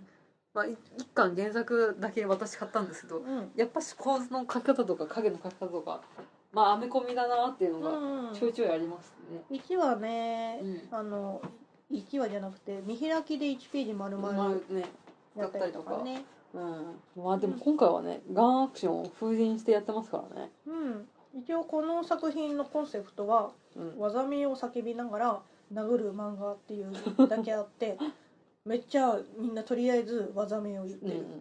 [SPEAKER 2] まあ、い一巻原作だけ私買ったんですけど
[SPEAKER 1] うん
[SPEAKER 2] やっぱし構図の描き方とか影の描き方とかまあアメコミだなっていう
[SPEAKER 1] う
[SPEAKER 2] のが
[SPEAKER 1] んうん、
[SPEAKER 2] ちょいちょいありますね、
[SPEAKER 1] 1話ね、
[SPEAKER 2] うん
[SPEAKER 1] あの1話じゃなくて見開きで1ページ丸
[SPEAKER 2] ま
[SPEAKER 1] 々
[SPEAKER 2] あね
[SPEAKER 1] やったりとかね
[SPEAKER 2] うん、まあでも今回はね、ガンアクションを封印してやってますからね、
[SPEAKER 1] うん一応この作品のコンセプトは
[SPEAKER 2] うん、
[SPEAKER 1] 技名を叫びながら殴る漫画っていうだけあって *laughs* めっちゃみんなとりあえず技名を言って
[SPEAKER 2] うんう
[SPEAKER 1] る、
[SPEAKER 2] ん、だか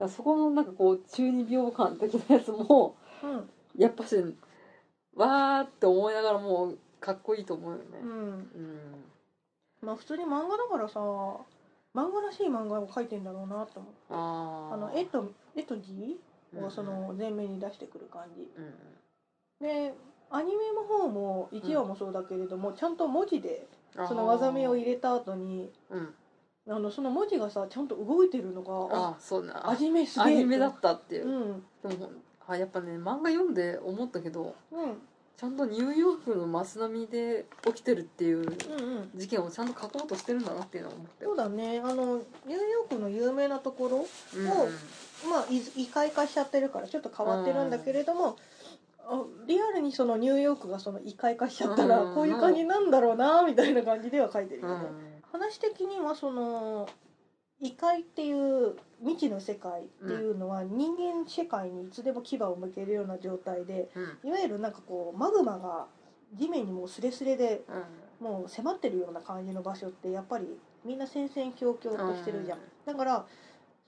[SPEAKER 2] らそこのなんかこう中二病感的なやつも
[SPEAKER 1] うん
[SPEAKER 2] やっぱしわーって思いながらもうかっこいいと思うよね
[SPEAKER 1] うん、
[SPEAKER 2] うん、
[SPEAKER 1] まあ普通に漫画だからさ漫画らしい漫画を描いてんだろうなと思う
[SPEAKER 2] あー
[SPEAKER 1] あの絵と絵と字
[SPEAKER 2] う
[SPEAKER 1] を
[SPEAKER 2] ん
[SPEAKER 1] その前面に出してくる感じ
[SPEAKER 2] うん
[SPEAKER 1] でアニメの方も1話もそうだけれども、ちゃんと文字で
[SPEAKER 2] あー
[SPEAKER 1] その技名を入れた後に
[SPEAKER 2] うん
[SPEAKER 1] あのその文字がさちゃんと動いてるのが
[SPEAKER 2] あそうな
[SPEAKER 1] あアニメすげえ
[SPEAKER 2] アニメだったっていうう、
[SPEAKER 1] ん
[SPEAKER 2] でもあやっぱね漫画読んで思ったけど
[SPEAKER 1] うん
[SPEAKER 2] ちゃんとニューヨークのマス並みで起きてるっていう
[SPEAKER 1] うんうん
[SPEAKER 2] 事件をちゃんと書こうとしてるんだなっていうのは思った
[SPEAKER 1] そう
[SPEAKER 2] よ、
[SPEAKER 1] だねあのニューヨークの有名なところ
[SPEAKER 2] うん
[SPEAKER 1] もまあ、い異界化しちゃってるからちょっと変わってるんだけれども、あリアルにそのニューヨークがその異界化しちゃったら
[SPEAKER 2] うん
[SPEAKER 1] こういう感じなんだろうなみたいな感じでは書いてる
[SPEAKER 2] う
[SPEAKER 1] よ
[SPEAKER 2] ん
[SPEAKER 1] ね。話的にはその異界っていう未知の世界っていうのは人間世界にいつでも牙を向けるような状態で
[SPEAKER 2] うん
[SPEAKER 1] いわゆるなんかこうマグマが地面にもうスレスレで
[SPEAKER 2] うん
[SPEAKER 1] もう迫ってるような感じの場所ってやっぱりみんな戦々恐々としてるじゃん
[SPEAKER 2] うん
[SPEAKER 1] だから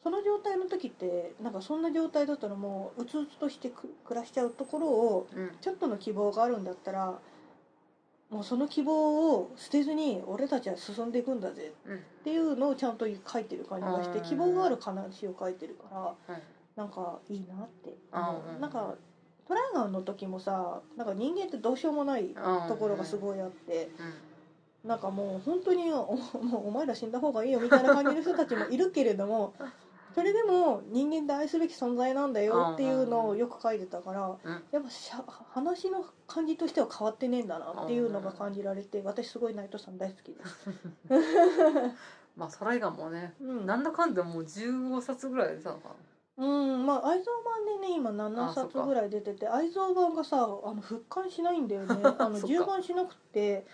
[SPEAKER 1] その状態の時ってなんかそんな状態だったらもううつうつとしてく暮らしちゃうところを
[SPEAKER 2] うん
[SPEAKER 1] ちょっとの希望があるんだったらもうその希望を捨てずに俺たちは進んでいくんだぜ
[SPEAKER 2] うん
[SPEAKER 1] っていうのをちゃんと書いてる感じがして
[SPEAKER 2] うん
[SPEAKER 1] 希望がある話を書いてるから
[SPEAKER 2] はい
[SPEAKER 1] なんかいいなって
[SPEAKER 2] うん
[SPEAKER 1] なんかトライガンの時もさなんか人間ってどうしようもないところがす
[SPEAKER 2] い、
[SPEAKER 1] ごいあって。
[SPEAKER 2] う
[SPEAKER 1] なんかもう本当におもうお前ら死んだ方がいいよみたいな感じの人たちもいるけれど
[SPEAKER 2] *laughs*
[SPEAKER 1] もそれでも人間で愛すべき存在なんだよっていうのをよく書いてたから
[SPEAKER 2] んうん
[SPEAKER 1] やっぱしゃ話の感じとしては変わってねえんだなっていうのが感じられて私すごい内藤さん大好きです。
[SPEAKER 2] まあトライガンもね
[SPEAKER 1] うん
[SPEAKER 2] なんだかんだもう15冊ぐらい出たのかな
[SPEAKER 1] うんまあ愛蔵版でね今7
[SPEAKER 2] あそっ
[SPEAKER 1] 冊
[SPEAKER 2] か
[SPEAKER 1] ぐらい出てて愛蔵版がさあの復刊しないんだよ
[SPEAKER 2] *laughs*
[SPEAKER 1] ねあの
[SPEAKER 2] そっか
[SPEAKER 1] 重版しなくて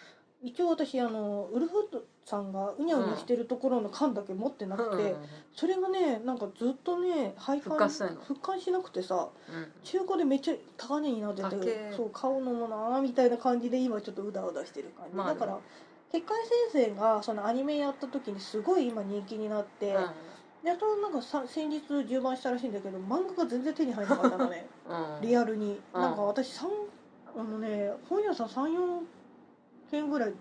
[SPEAKER 1] 一応私あのウルフさんがうにゃうにゃしてるところの缶だけ持ってなくて。それがねなんかずっとね配
[SPEAKER 2] 復活しないの
[SPEAKER 1] 復刊しなくてさ
[SPEAKER 2] うん
[SPEAKER 1] 中古でめっちゃ高値になって
[SPEAKER 2] あけ
[SPEAKER 1] て
[SPEAKER 2] ー
[SPEAKER 1] そう買うのもなーみたいな感じで今ちょっとうだうだしてる感じ、
[SPEAKER 2] まあ
[SPEAKER 1] だから結界先生がそのアニメやった時にすごい今人気になって、
[SPEAKER 2] うん
[SPEAKER 1] であとなんかさ先日10番したらしいんだけど漫画が全然手に入らなかったの
[SPEAKER 2] *laughs*
[SPEAKER 1] ね
[SPEAKER 2] うん
[SPEAKER 1] リアルに、
[SPEAKER 2] うん
[SPEAKER 1] なんか私三あのね本屋さん34件ぐらい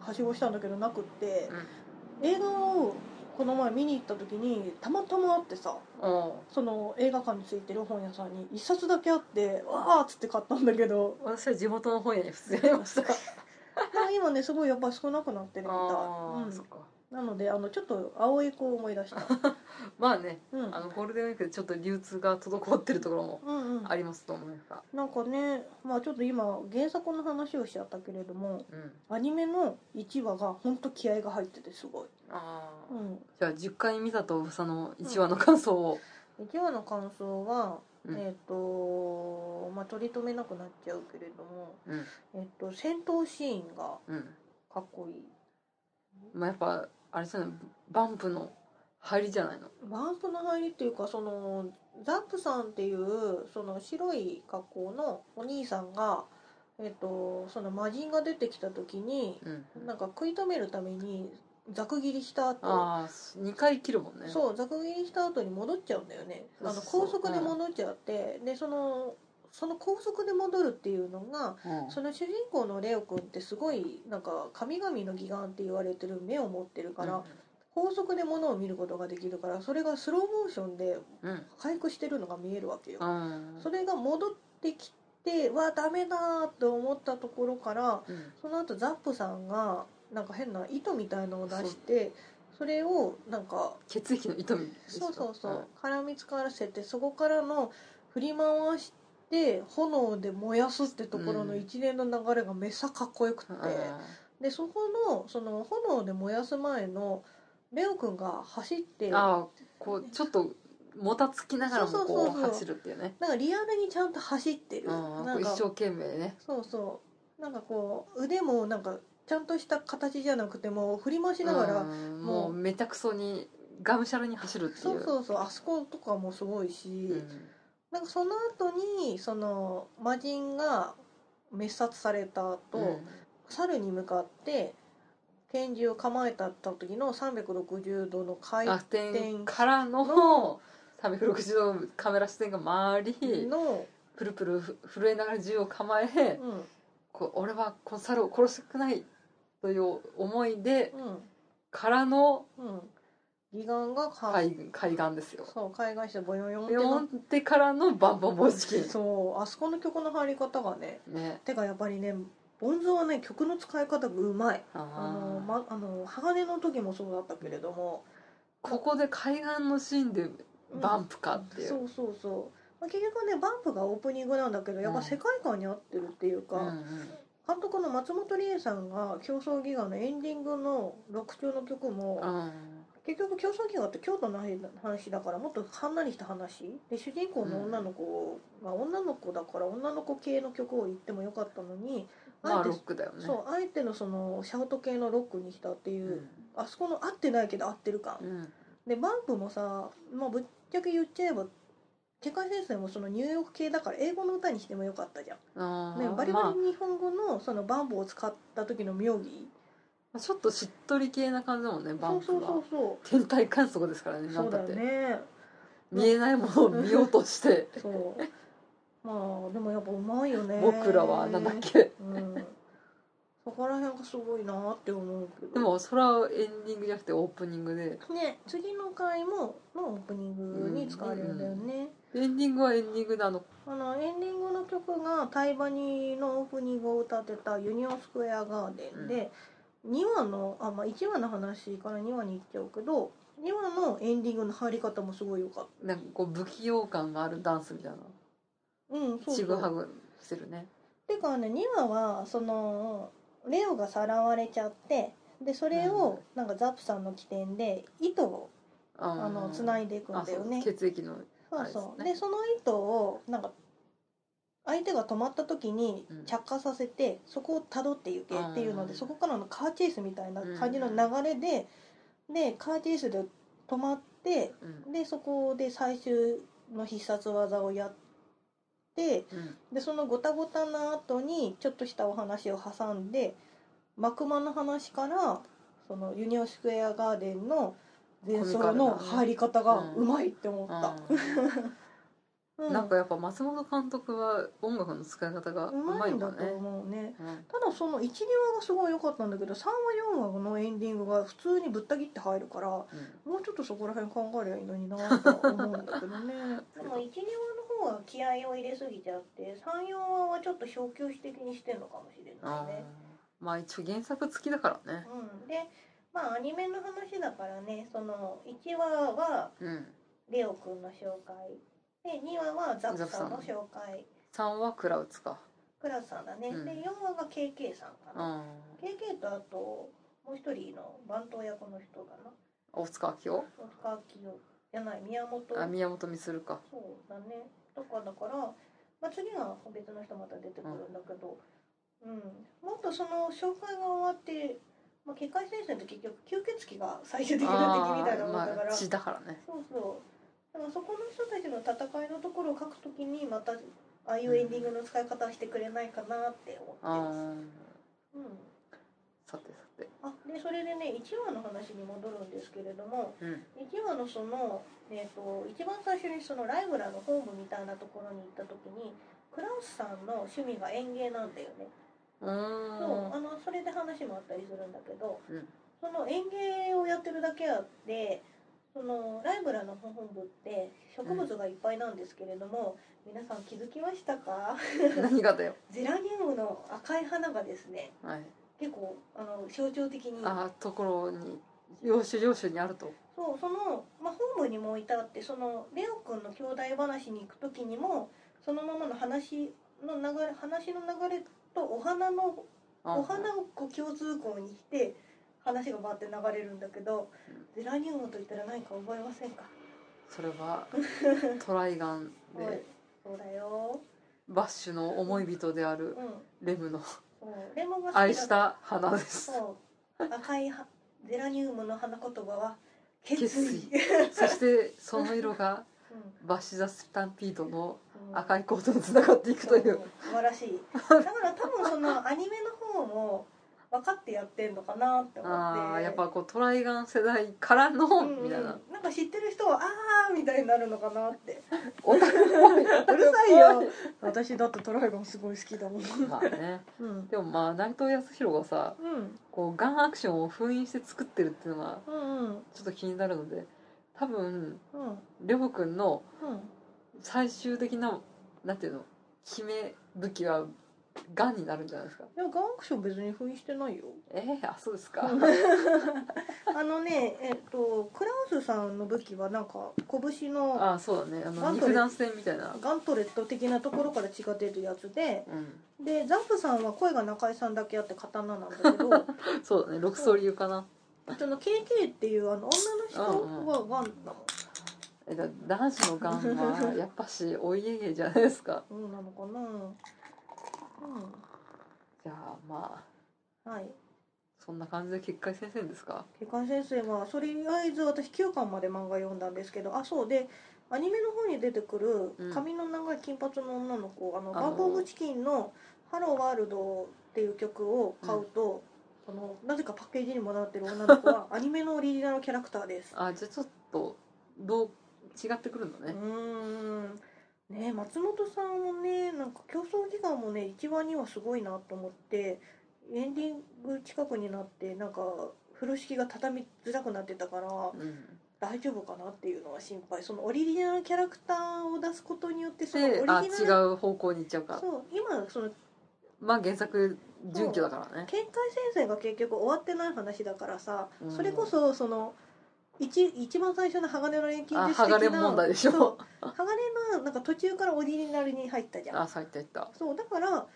[SPEAKER 1] はしごしたんだけどなくって、映画をこの前見に行った時にたまたま会ってさ
[SPEAKER 2] うん
[SPEAKER 1] その映画館についてる本屋さんに一冊だけあってわーっつって買ったんだけど
[SPEAKER 2] 私は地元の本屋に普通にありました
[SPEAKER 1] でも今ねすごいやっぱ少なくなってるみたい、
[SPEAKER 2] あ
[SPEAKER 1] う
[SPEAKER 2] *laughs* あ
[SPEAKER 1] ん
[SPEAKER 2] そっか
[SPEAKER 1] なのであのちょっと青い子を思い出した、
[SPEAKER 2] *laughs* まあね
[SPEAKER 1] うん、
[SPEAKER 2] あのゴールデンウィークでちょっと流通が滞ってるところも
[SPEAKER 1] うんうん
[SPEAKER 2] ありますと思いますが
[SPEAKER 1] なんかねまあちょっと今原作の話をしちゃったけれども
[SPEAKER 2] うん
[SPEAKER 1] アニメの1話がほんと気合が入っててすごい、
[SPEAKER 2] あ
[SPEAKER 1] う
[SPEAKER 2] あ
[SPEAKER 1] ん、
[SPEAKER 2] じゃあ10回見たとうさの1話の感想を
[SPEAKER 1] 1話の感想は、
[SPEAKER 2] うん
[SPEAKER 1] えっ、とまあ取り留めなくなっちゃうけれども
[SPEAKER 2] うん
[SPEAKER 1] えっと、戦闘シーンが
[SPEAKER 2] うん
[SPEAKER 1] かっこいい
[SPEAKER 2] まあやっぱあれじゃないバンプの入りじゃないの
[SPEAKER 1] バンプの入りっていうかそのザップさんっていうその白い格好のお兄さんが、えっと、その魔人が出てきた時に
[SPEAKER 2] うん
[SPEAKER 1] なんか食い止めるためにざく切りした後
[SPEAKER 2] ああ2回切るもんね
[SPEAKER 1] そうざく切りした後に戻っちゃうんだよねあの
[SPEAKER 2] そう
[SPEAKER 1] 高
[SPEAKER 2] そう
[SPEAKER 1] 速で戻っちゃって、でそのその高速で戻るっていうのが
[SPEAKER 2] うん
[SPEAKER 1] その主人公のレオくんってすごいなんか神々の義眼って言われてる目を持ってるから、高速で物を見ることができるからそれがスローモーションで
[SPEAKER 2] うん
[SPEAKER 1] 回復してるのが見えるわけよ
[SPEAKER 2] あ
[SPEAKER 1] それが戻ってきてはダメだと思ったところから
[SPEAKER 2] ーうん
[SPEAKER 1] その後ザップさんがなんか変な糸みたいのを出してそれをなんか
[SPEAKER 2] 血液の痛みですか
[SPEAKER 1] そうそうそう絡みつからせてそこからの振り回して炎で燃やすってところの一連の流れがめっさかっこよくて、
[SPEAKER 2] はいあ
[SPEAKER 1] でそこのその炎で燃やす前のレオくんが走って
[SPEAKER 2] ー
[SPEAKER 1] なん
[SPEAKER 2] あーこうちょっともたつきながらも
[SPEAKER 1] そうそう
[SPEAKER 2] こ
[SPEAKER 1] そう
[SPEAKER 2] う
[SPEAKER 1] そう
[SPEAKER 2] 走るっていうね
[SPEAKER 1] かリアルにちゃんと走ってる
[SPEAKER 2] うん
[SPEAKER 1] な
[SPEAKER 2] こうん一
[SPEAKER 1] か
[SPEAKER 2] 生懸命ね
[SPEAKER 1] そうそうなんかこう腕もなんかちゃんとした形じゃなくてもう振り回しながら、
[SPEAKER 2] うん
[SPEAKER 1] もう
[SPEAKER 2] もうめちゃくそにがむしゃらに走るっていう
[SPEAKER 1] そうそうそうあそことかもすごいし、
[SPEAKER 2] うん
[SPEAKER 1] なんかその後にその魔人が滅殺された後、
[SPEAKER 2] うん
[SPEAKER 1] 猿に向かって拳銃を構えた時の360度の回
[SPEAKER 2] あ
[SPEAKER 1] 転
[SPEAKER 2] 点から
[SPEAKER 1] の
[SPEAKER 2] の360度のカメラ視点が回り
[SPEAKER 1] の、
[SPEAKER 2] プルプルふ震えながら銃を構え
[SPEAKER 1] うん
[SPEAKER 2] こう俺はこの猿を殺したくないという思いで
[SPEAKER 1] うん
[SPEAKER 2] からの
[SPEAKER 1] うん、義眼がか
[SPEAKER 2] 海軍海岸ですよ。
[SPEAKER 1] そう海外してボヨヨンってなっ
[SPEAKER 2] 読んでからのバンバンボン事件
[SPEAKER 1] て。そうあそこの曲の入り方がね
[SPEAKER 2] ね。
[SPEAKER 1] てかやっぱりねボンゾはね曲の使い方がうまい
[SPEAKER 2] あ
[SPEAKER 1] あの、
[SPEAKER 2] ー
[SPEAKER 1] ま、あの鋼の時もそうだったけれども
[SPEAKER 2] ここで海岸のシーンでバンプかっていう。
[SPEAKER 1] そうそうそう、まあ、結局ねバンプがオープニングなんだけどやっぱ世界観に合ってるっていうか、
[SPEAKER 2] うんうん
[SPEAKER 1] 監督の松本理恵さんが「競争ギガ」のエンディングの6中の曲も、
[SPEAKER 2] うん
[SPEAKER 1] 結局競争ギガって京都の話だからもっとはんなりした話で主人公の女の子が、女の子だから女の子系の曲を言ってもよかったのに
[SPEAKER 2] まあ
[SPEAKER 1] えて
[SPEAKER 2] ロックだよね。
[SPEAKER 1] そうあえてのそのシャウト系のロックにしたっていうう、
[SPEAKER 2] ん。
[SPEAKER 1] あそこの合ってないけど合ってる感、
[SPEAKER 2] うん
[SPEAKER 1] でバンプもさ、まあ、ぶっちゃけ言っちゃえば世界戦線もそのニューヨーク系だから英語の歌にしてもよかったじゃん、
[SPEAKER 2] あ
[SPEAKER 1] ね
[SPEAKER 2] ー、
[SPEAKER 1] バリ
[SPEAKER 2] ま
[SPEAKER 1] バリ日本語のそのバンプを使った時の妙義、
[SPEAKER 2] あちょっとしっとり系な感じだもんねバ
[SPEAKER 1] そ
[SPEAKER 2] ン
[SPEAKER 1] うそ
[SPEAKER 2] プ
[SPEAKER 1] うそ
[SPEAKER 2] は
[SPEAKER 1] う。そ
[SPEAKER 2] 天体観測ですから
[SPEAKER 1] う
[SPEAKER 2] ねな
[SPEAKER 1] そ
[SPEAKER 2] ん
[SPEAKER 1] う
[SPEAKER 2] た
[SPEAKER 1] だ
[SPEAKER 2] っ
[SPEAKER 1] よ
[SPEAKER 2] て。
[SPEAKER 1] ね
[SPEAKER 2] 見えないものを見ようとして
[SPEAKER 1] そう *laughs* まあでもやっぱうまいよね
[SPEAKER 2] 僕らはなんだっけ。
[SPEAKER 1] うんそこら辺がすごいなって思うけど
[SPEAKER 2] でもそれはエンディングじゃなくてオープニングで
[SPEAKER 1] ね次の回ものオープニングに使われるんだよね、
[SPEAKER 2] エンディングはエンディングであの
[SPEAKER 1] あのエンディングの曲がタイバニのオープニングを歌ってた「ユニオンスクエアガーデンで」2話のあ、まあ、1話の話から2話に行っちゃうけど2話のエンディングの入り方もすごい良かっ
[SPEAKER 2] なんかこう不器用感があるダンスみたいな
[SPEAKER 1] た。うん、そう
[SPEAKER 2] ちぐ
[SPEAKER 1] そう
[SPEAKER 2] はぐしてるね
[SPEAKER 1] てかね2話はそのレオがさらわれちゃってでそれをなんかザップさんの起点で糸を
[SPEAKER 2] あ
[SPEAKER 1] あの
[SPEAKER 2] い
[SPEAKER 1] 繋いでいくんだよね。
[SPEAKER 2] 血液の
[SPEAKER 1] そうそう
[SPEAKER 2] あ
[SPEAKER 1] で,、
[SPEAKER 2] れですね
[SPEAKER 1] その糸をなんか相手が止まった時に
[SPEAKER 2] うん
[SPEAKER 1] 着火させて、そこをたどって行けっていうので、
[SPEAKER 2] うん
[SPEAKER 1] そこからのカーチェイスみたいな感じの流れで、でカーチェイスで止まって
[SPEAKER 2] うん
[SPEAKER 1] でそこで最終の必殺技をやって
[SPEAKER 2] うん
[SPEAKER 1] でそのごたごたな後にちょっとしたお話を挟んでマクマの話からそのユニオンスクエアガーデンの前奏の入り方がうまいって思った。
[SPEAKER 2] あー
[SPEAKER 1] う
[SPEAKER 2] なんかやっぱ松本監督は音楽の使い方がう
[SPEAKER 1] うま
[SPEAKER 2] ま
[SPEAKER 1] い
[SPEAKER 2] い
[SPEAKER 1] ん
[SPEAKER 2] ん
[SPEAKER 1] だ
[SPEAKER 2] だ
[SPEAKER 1] と
[SPEAKER 2] ね
[SPEAKER 1] 思うね
[SPEAKER 2] うん
[SPEAKER 1] ただその12話がすごい良かったんだけど3話4話のエンディングが普通にぶった切って入るからも
[SPEAKER 2] うん
[SPEAKER 1] うちょっとそこら辺考えりゃいいのになとは思うんだけどね *laughs* でも12話の方は気合を入れすぎちゃって34話はちょっと小休止的にしてんのかもしれ
[SPEAKER 2] あーまあ一応原作付きだからね
[SPEAKER 1] うん、でまあアニメの話だからねその1話は
[SPEAKER 2] うん
[SPEAKER 1] レオくんの紹介で2話はザ
[SPEAKER 2] クさんの
[SPEAKER 1] 紹介
[SPEAKER 2] 3はクラウツか
[SPEAKER 1] クラスさんだね
[SPEAKER 2] うんで4
[SPEAKER 1] 話が KK さんか
[SPEAKER 2] うん
[SPEAKER 1] KK とあともう一人の番頭役の人かな
[SPEAKER 2] 大塚明夫
[SPEAKER 1] 大塚明夫じゃない宮本
[SPEAKER 2] あ宮本光か
[SPEAKER 1] そうだねとかだから、まあ、次は別の人また出てくるんだけど、うんもっとその紹介が終わって、まあ、結界戦線って結局吸血鬼が最終的な敵みたいなもんだから、
[SPEAKER 2] あーまあ
[SPEAKER 1] そう
[SPEAKER 2] 血だからね
[SPEAKER 1] そうでもそこの人たちの戦いのところを書くときにまたああいうエンディングの使い方をしてくれないかなって思って
[SPEAKER 2] あ
[SPEAKER 1] ます。
[SPEAKER 2] ー
[SPEAKER 1] うん
[SPEAKER 2] さてさて
[SPEAKER 1] あでそれでね1話の話に戻るんですけれども
[SPEAKER 2] うん
[SPEAKER 1] 1話のその、えー、と一番最初にそのライブラのホームみたいなところに行った時にクラウスさんの趣味が園芸なんだよね、
[SPEAKER 2] うーん
[SPEAKER 1] そうあのそれで話もあったりするんだけど、
[SPEAKER 2] うん
[SPEAKER 1] そその園芸をやってるだけあってそのライブラの本部って植物がいっぱいなんですけれども、皆さん気づきましたか *laughs*
[SPEAKER 2] 何がだよ。
[SPEAKER 1] ゼラニウムの赤い花がですね
[SPEAKER 2] はい。
[SPEAKER 1] 結構あの象徴的に
[SPEAKER 2] あところに要所要所にあると。
[SPEAKER 1] そうその、まあ、本部にも至ってそのレオくんの兄弟話に行く時にもそのままの話の流れ話の流れとお花の
[SPEAKER 2] あ
[SPEAKER 1] お花をこう共通項にして話がバーって流れるんだけど、ゼラニウムといったら何か覚えませんか
[SPEAKER 2] それはトライガン
[SPEAKER 1] はい
[SPEAKER 2] で
[SPEAKER 1] そうだよ、
[SPEAKER 2] バッシュの思い人である
[SPEAKER 1] うん、
[SPEAKER 2] レムの
[SPEAKER 1] そうレモンが好きだ
[SPEAKER 2] 愛した花です。
[SPEAKER 1] そう赤いはゼラニウムの花言葉は決意
[SPEAKER 2] 決 *laughs* そしてその色が
[SPEAKER 1] うん
[SPEAKER 2] バッシュ・ザ・スタンピードの
[SPEAKER 1] うん
[SPEAKER 2] 赤いコートに繋がっていくという
[SPEAKER 1] そう素晴らしいだから多分そのアニメの方も分かってやってんのかなって思って
[SPEAKER 2] あーやっぱこうトライガン世代からの
[SPEAKER 1] うんうん
[SPEAKER 2] みたい
[SPEAKER 1] *laughs*
[SPEAKER 2] な
[SPEAKER 1] なんか知ってる人はあーみたいになるのかなって
[SPEAKER 2] オタクっぽいう
[SPEAKER 3] るさい
[SPEAKER 1] *laughs*
[SPEAKER 3] よ私だってトライガンすごい好きだもん
[SPEAKER 2] まあね
[SPEAKER 3] うん
[SPEAKER 2] でもまあ内藤康弘がさ
[SPEAKER 3] うん
[SPEAKER 2] こうガンアクションを封印して作ってるっていうのが
[SPEAKER 3] うんうん
[SPEAKER 2] ちょっと気になるので多分
[SPEAKER 3] うん
[SPEAKER 2] レオくんの
[SPEAKER 3] うん
[SPEAKER 2] 最終的ななんていうの決め武器はガンになるんじゃないですか
[SPEAKER 3] でもガンアクション別に封印してないよ
[SPEAKER 2] えー、あそうですか
[SPEAKER 1] あのねえっとクラウスさんの武器はなんか拳の
[SPEAKER 2] あそうだねあ
[SPEAKER 1] ガ
[SPEAKER 2] の
[SPEAKER 1] ントレ
[SPEAKER 2] 肉弾戦みたいな
[SPEAKER 1] ガントレット的なところから血が出るやつで
[SPEAKER 2] うん
[SPEAKER 1] でザップさんは声が中井さんだけあって刀なんだけど
[SPEAKER 2] そうだね六層流かな
[SPEAKER 1] その KK っていうあの女の人はガンだ
[SPEAKER 2] えだ男子のガンはやっぱしお家芸じゃないですか
[SPEAKER 1] もん、そうなのかな
[SPEAKER 2] *laughs* じゃあまあ
[SPEAKER 1] うんはい
[SPEAKER 2] そんな感じで結界先生ですか
[SPEAKER 1] 警官先生はとりあえず私9巻まで漫画読んだんですけどあそうでアニメの方に出てく
[SPEAKER 2] う
[SPEAKER 1] る
[SPEAKER 2] ん
[SPEAKER 1] 髪の長い金髪の女の子、あの
[SPEAKER 2] あ
[SPEAKER 1] バ
[SPEAKER 2] の
[SPEAKER 1] ンコブチキンの「ハローワールド」っていう曲を買うと、このなぜかパッケージにもなってる女の子はアニメのオリジナルキャラクターです
[SPEAKER 2] あじゃあちょっとどう違ってくるの
[SPEAKER 1] うー
[SPEAKER 2] ね、
[SPEAKER 1] んね松本さんもねなんか競争時間もね一話にはすごいなと思ってエンディング近くになってなんか風呂敷が畳みづらくなってたから、
[SPEAKER 2] うん、
[SPEAKER 1] 大丈夫かなっていうのは心配そのオリジナルキャラクターを出すことによってそのオリ
[SPEAKER 2] で
[SPEAKER 1] ジナ
[SPEAKER 2] あ
[SPEAKER 1] ル
[SPEAKER 2] 違う方向に行っちゃうか
[SPEAKER 1] そう今その
[SPEAKER 2] まあ原作準拠だから
[SPEAKER 1] 見
[SPEAKER 2] ね
[SPEAKER 1] 解先生が結局終わってない話だからさ、
[SPEAKER 2] うん
[SPEAKER 1] それこそその一一番最初の鋼の錬金
[SPEAKER 2] あ
[SPEAKER 1] 術
[SPEAKER 2] 剥
[SPEAKER 1] 的な
[SPEAKER 2] がれ問題で
[SPEAKER 1] そ
[SPEAKER 2] し
[SPEAKER 1] う
[SPEAKER 2] ょ
[SPEAKER 1] 鋼のなんか途中からオリジナルに入ったじゃん
[SPEAKER 2] あ入った入った
[SPEAKER 1] そうだからあ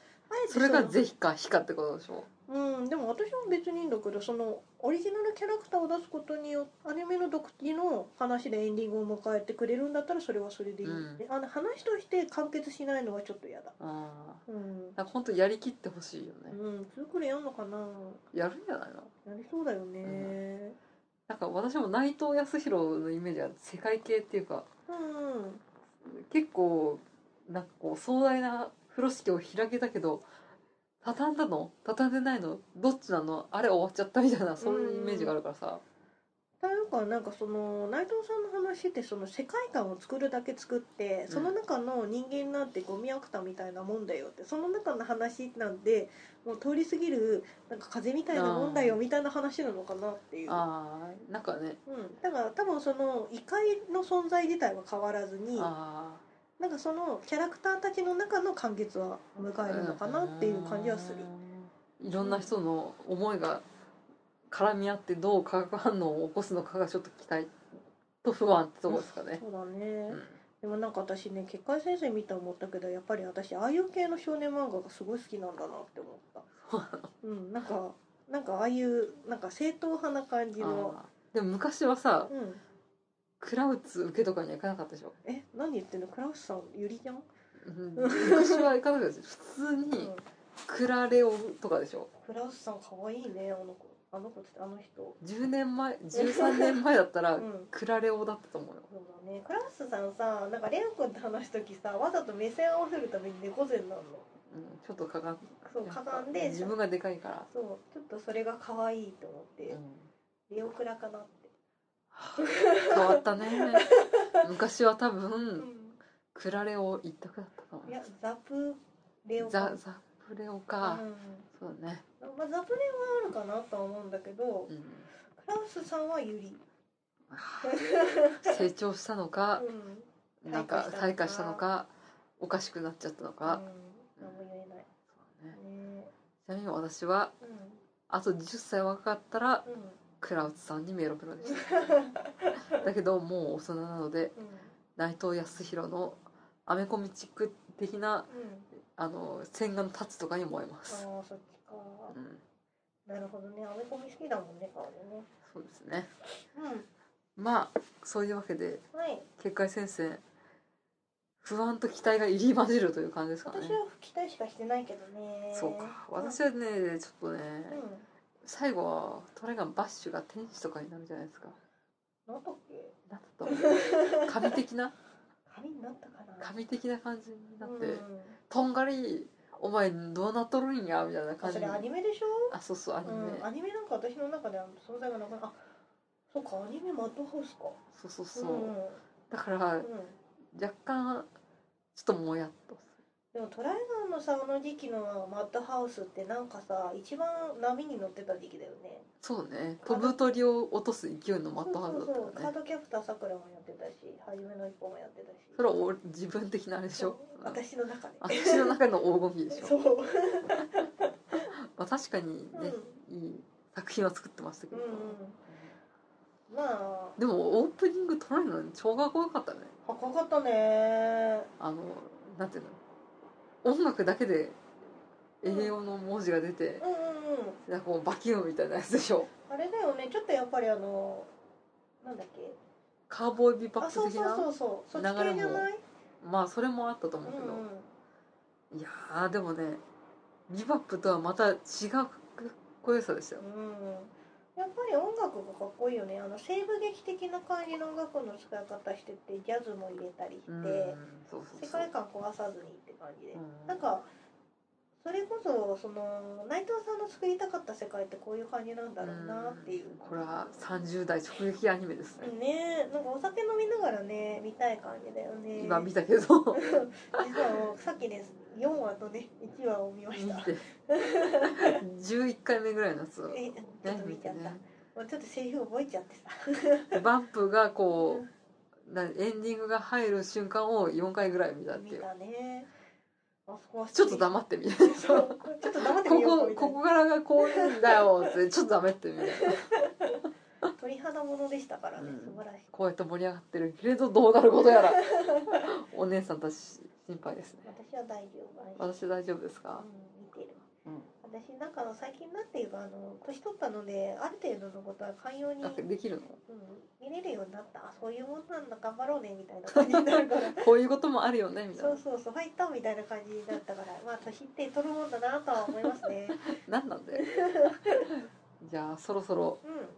[SPEAKER 1] えて
[SPEAKER 2] それが
[SPEAKER 1] の
[SPEAKER 2] 是非か非かってことでしょ
[SPEAKER 1] うんでも私も別にいいんだけどそのオリジナルキャラクターを出すことによってアニメの独自の話でエンディングを迎えてくれるんだったらそれはそれでいい、
[SPEAKER 2] うん
[SPEAKER 1] であの話として完結しないのはちょっと嫌だ
[SPEAKER 2] ああ
[SPEAKER 1] うん、
[SPEAKER 2] なんか本当やりきってほしいよね
[SPEAKER 1] うん、それくらいやんのかな
[SPEAKER 2] やるんじゃないの
[SPEAKER 1] やりそうだよね
[SPEAKER 2] なんか私も内藤康弘のイメージは世界系っていうか
[SPEAKER 1] うん、
[SPEAKER 2] 結構なんかこう壮大な風呂敷を開けたけど畳んだの畳んでないのどっちなのあれ終わっちゃったみたいなそういうイメージがあるからさ、
[SPEAKER 1] というかなんかその内藤さんの話ってその世界観を作るだけ作ってその中の人間なんてゴミアクタみたいなもんだよってその中の話なんでもう通り過ぎるなんか風みたいなもんだよみたいな話なのかなっていう。
[SPEAKER 2] ああなんかね
[SPEAKER 1] うん、だから多分その異界の存在自体は変わらずに
[SPEAKER 2] あ
[SPEAKER 1] なんかそのキャラクターたちの中の完結は迎えるのかなっていう感じはする、
[SPEAKER 2] るいろんな人の思いが絡み合ってどう化学反応を起こすのかがちょっと期待と不安ってとこですかね、
[SPEAKER 1] そうだね、
[SPEAKER 2] うん
[SPEAKER 1] でもなんか私ね結界先生見て思ったけどやっぱり私ああいう系の少年漫画がすごい好きなんだなって思った
[SPEAKER 2] *laughs*
[SPEAKER 1] うんなんかなんかああいうなんか正統派な感じの
[SPEAKER 2] あーでも昔はさ
[SPEAKER 1] うん
[SPEAKER 2] クラウツ受けとかには行かなかったでしょ
[SPEAKER 1] え何言ってんのクラウスさんゆりじゃん、う
[SPEAKER 2] うん昔は行かなかったでしょ普通に
[SPEAKER 1] ん、
[SPEAKER 2] クラレオとかでしょ
[SPEAKER 1] クラウスさん可愛いねあの子あの子ってあの人
[SPEAKER 2] 10年前13年前だった
[SPEAKER 1] う
[SPEAKER 2] ら
[SPEAKER 1] ん
[SPEAKER 2] クラレオだったと思うよ
[SPEAKER 1] そうだね、クラスさんさなんかレオ君と話す時さわざと目線合わせるために猫背になるの
[SPEAKER 2] うん、ちょっとかが
[SPEAKER 1] そうかがんで
[SPEAKER 2] 自分がでかいから、
[SPEAKER 1] そうちょっとそれが可愛いと思って、
[SPEAKER 2] うん、
[SPEAKER 1] レオクラかなって、
[SPEAKER 2] 変わったね
[SPEAKER 1] *laughs*
[SPEAKER 2] 昔は多
[SPEAKER 1] う
[SPEAKER 2] 分
[SPEAKER 1] ん
[SPEAKER 2] クラレオ一択だったかも
[SPEAKER 1] いやザプレオか
[SPEAKER 2] ザ・ザ・フレオか、
[SPEAKER 1] う
[SPEAKER 2] そうだね
[SPEAKER 1] んまあ、ザブレはあるかなとは思うんだけど、 *laughs*
[SPEAKER 2] うん
[SPEAKER 1] クラウスさんはユリ、
[SPEAKER 2] 成長したのか、
[SPEAKER 1] うん
[SPEAKER 2] なんか退
[SPEAKER 1] 退
[SPEAKER 2] 化
[SPEAKER 1] 化
[SPEAKER 2] し
[SPEAKER 1] したた
[SPEAKER 2] の
[SPEAKER 1] のか
[SPEAKER 2] かおかしくなっちゃったのか、
[SPEAKER 1] うん、何も言えない、
[SPEAKER 2] そうだね
[SPEAKER 1] ね
[SPEAKER 2] ちなみに私は
[SPEAKER 1] う
[SPEAKER 2] あと10歳若かったら
[SPEAKER 1] んうん
[SPEAKER 2] クラウツさんにメロメロでしただけどもう大人なので内藤康弘のアメコミチック的な
[SPEAKER 1] うんうん
[SPEAKER 2] あの線画のタッチとかに燃えます、
[SPEAKER 1] ああそっちか
[SPEAKER 2] うん、
[SPEAKER 1] なるほどねアメコミ好きだもんね顔でね
[SPEAKER 2] そうですね
[SPEAKER 1] う
[SPEAKER 2] まあそういうわけで
[SPEAKER 1] んはい
[SPEAKER 2] 結界戦線不安と期待が入り混じるという感じですかね
[SPEAKER 1] 私は期待しかしてないけどね
[SPEAKER 2] そうか私はねちょっとね、
[SPEAKER 1] うん
[SPEAKER 2] 最後はトライガンバッシュが天使とかになるじゃないですか
[SPEAKER 1] なんだっけ
[SPEAKER 2] なんだったの神的な
[SPEAKER 1] 髪になったかな
[SPEAKER 2] 神的な感じになって、
[SPEAKER 1] うん
[SPEAKER 2] とんがりお前どうなっとるんやみたいな
[SPEAKER 1] あ
[SPEAKER 2] 感
[SPEAKER 1] そ
[SPEAKER 2] じ
[SPEAKER 1] れ
[SPEAKER 2] に
[SPEAKER 1] アニメでしょ
[SPEAKER 2] あそうそうアニメ、
[SPEAKER 1] うん、アニメなんか私の中では存在がなくなあそうかアニメマッドハウスか
[SPEAKER 2] そうそうそう、
[SPEAKER 1] んうん
[SPEAKER 2] だから
[SPEAKER 1] うん
[SPEAKER 2] 若干ちょっともやっと
[SPEAKER 1] でもトライガンのさあの時期のマッドハウスってなんかさ一番波に乗ってた時期だよね
[SPEAKER 2] そうね飛ぶ鳥を落とす勢いのマットハウスだ
[SPEAKER 1] そうそう
[SPEAKER 2] っ
[SPEAKER 1] そう
[SPEAKER 2] た
[SPEAKER 1] カー
[SPEAKER 2] よね
[SPEAKER 1] ドキャプターさくらもやってたし初めの一歩もやってたし
[SPEAKER 2] それは俺自分的なあれでしょ、うん
[SPEAKER 1] 私の中で
[SPEAKER 2] 私の中の黄金比でし
[SPEAKER 1] そ
[SPEAKER 2] ょ、
[SPEAKER 1] う、うん
[SPEAKER 2] まあ、確かにね、いい作品は作ってましたけ
[SPEAKER 1] う
[SPEAKER 2] ど、
[SPEAKER 1] んうんま
[SPEAKER 2] でもオープニング撮られるのに超かっこよかったね
[SPEAKER 1] あかかったね
[SPEAKER 2] あのなんていうの音楽だけで栄養の文字が出て
[SPEAKER 1] う、んうんうん
[SPEAKER 2] なんかこうバキューンみたいなやつでしょ
[SPEAKER 1] あれだよねちょっとやっぱりあのなんだっけ
[SPEAKER 2] カーボーイビバッ
[SPEAKER 1] あそう
[SPEAKER 2] プ的
[SPEAKER 1] そう
[SPEAKER 2] な
[SPEAKER 1] そうそうそっち
[SPEAKER 2] 流
[SPEAKER 1] 系
[SPEAKER 2] れも
[SPEAKER 1] じゃない
[SPEAKER 2] まあそれもあったと
[SPEAKER 1] うん
[SPEAKER 2] 思う
[SPEAKER 1] う
[SPEAKER 2] けど、
[SPEAKER 1] ん
[SPEAKER 2] いやーでもねビバップとはまた違うかっこよさでしたよ、
[SPEAKER 1] うんやっぱり音楽がかっこいいよねあの西部劇的な感じの音楽の使い方しててジャズも入れたりして、
[SPEAKER 2] うんそうそう
[SPEAKER 1] 世
[SPEAKER 2] そう
[SPEAKER 1] 界観壊さずにって感じで、
[SPEAKER 2] うん
[SPEAKER 1] なんかそれこそその内藤さんの作りたかった世界ってこういう感じなんだろうなっていう、
[SPEAKER 2] んこれは30代直撃アニメですね、
[SPEAKER 1] ねえなんかお酒飲みながらね見たい感じだよね
[SPEAKER 2] 今見たけ
[SPEAKER 1] *laughs*
[SPEAKER 2] ど
[SPEAKER 1] 実はもうさっきです4話とね1話を見ま
[SPEAKER 2] 見
[SPEAKER 1] した
[SPEAKER 2] て11回目ぐらいのやつを
[SPEAKER 1] *laughs* えちょっと見ちゃった、もうちょっとセリフ覚えちゃってさ
[SPEAKER 2] バンプがこうなエンディングが入る瞬間を4回ぐらい見たって
[SPEAKER 1] 見
[SPEAKER 2] いう
[SPEAKER 1] たねあそこは
[SPEAKER 2] ちょっと
[SPEAKER 1] 黙
[SPEAKER 2] 黙ってみ
[SPEAKER 1] ちょっと黙って
[SPEAKER 2] こ
[SPEAKER 1] みよう
[SPEAKER 2] こ
[SPEAKER 1] みた
[SPEAKER 2] こ
[SPEAKER 1] いな
[SPEAKER 2] こからがこういうんだよってちょっと黙ってみたいな
[SPEAKER 1] 鳥肌ものでしたからね、
[SPEAKER 2] うん
[SPEAKER 1] 素晴らしい
[SPEAKER 2] こうやって盛り上がってるけれどどうなることや
[SPEAKER 1] *laughs*
[SPEAKER 2] らお姉さんたち心配ですね
[SPEAKER 1] 私は大丈夫安心
[SPEAKER 2] 私大丈夫ですか、
[SPEAKER 1] うん、見てる、
[SPEAKER 2] うん
[SPEAKER 1] 私なんか最近なんていうかあの年取ったのである程度のことは寛容に、うん
[SPEAKER 2] あ、できるの
[SPEAKER 1] 見れるようになったあそういうもんなんだ頑張ろうねみたいな感じになるから
[SPEAKER 2] こ *laughs* ういうこともあるよねみたい
[SPEAKER 1] そ
[SPEAKER 2] な
[SPEAKER 1] うそうそう入ったみたいな感じになったからまあ年って取るもんだなとは思いますね
[SPEAKER 2] 何なんだよ *laughs* じゃあそろそろ
[SPEAKER 1] うん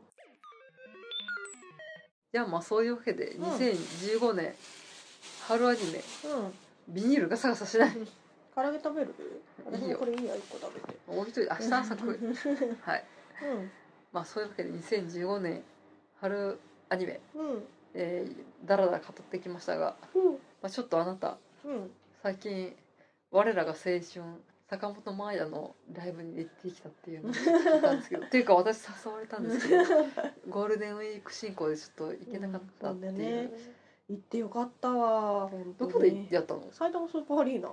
[SPEAKER 2] じゃあまあそういうわけで
[SPEAKER 3] ん
[SPEAKER 2] 2015年春アニメ
[SPEAKER 3] うん
[SPEAKER 2] ビニールガサガサしない
[SPEAKER 3] *laughs* 唐揚げ食べる私
[SPEAKER 2] いい
[SPEAKER 3] も
[SPEAKER 2] よ
[SPEAKER 3] これいいや一個食べて
[SPEAKER 2] 置いといて明日
[SPEAKER 1] *laughs*
[SPEAKER 2] 朝食うはい
[SPEAKER 3] うん
[SPEAKER 2] まあそういうわけで2015年春アニメ、
[SPEAKER 3] うん
[SPEAKER 2] えー、だらだら語ってきましたが、
[SPEAKER 3] うん
[SPEAKER 2] まあ、ちょっとあなた
[SPEAKER 3] うん
[SPEAKER 2] 最近我らが青春坂本真綾のライブに行ってきたっていうのを聞いたんですけどっていうか私誘われたんです
[SPEAKER 3] *laughs*
[SPEAKER 2] けどゴールデンウィーク進行でちょっと行けなかったってい
[SPEAKER 3] う
[SPEAKER 2] う,、
[SPEAKER 3] んそうだね行ってよかったわ本当
[SPEAKER 2] ど
[SPEAKER 3] に
[SPEAKER 2] こで行ってやったの
[SPEAKER 3] 埼玉スーパーアリーナ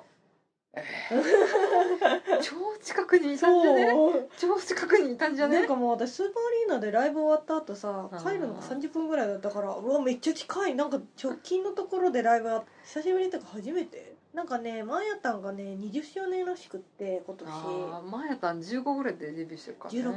[SPEAKER 2] 超近くにいたんじゃね
[SPEAKER 3] そう
[SPEAKER 2] 超近くにいたんじゃ
[SPEAKER 3] な
[SPEAKER 2] ね
[SPEAKER 3] んかもう私スーパーアリーナでライブ終わった後さ
[SPEAKER 2] あー
[SPEAKER 3] 帰るのが30分ぐらいだったからうわめっちゃ近いなんか直近のところでライブあ久しぶりっていうか初めてなんかねマーヤタンがね20周年らしくって今
[SPEAKER 2] ああ真綾たん15ぐらいでデビューしてるから、ね、
[SPEAKER 3] 年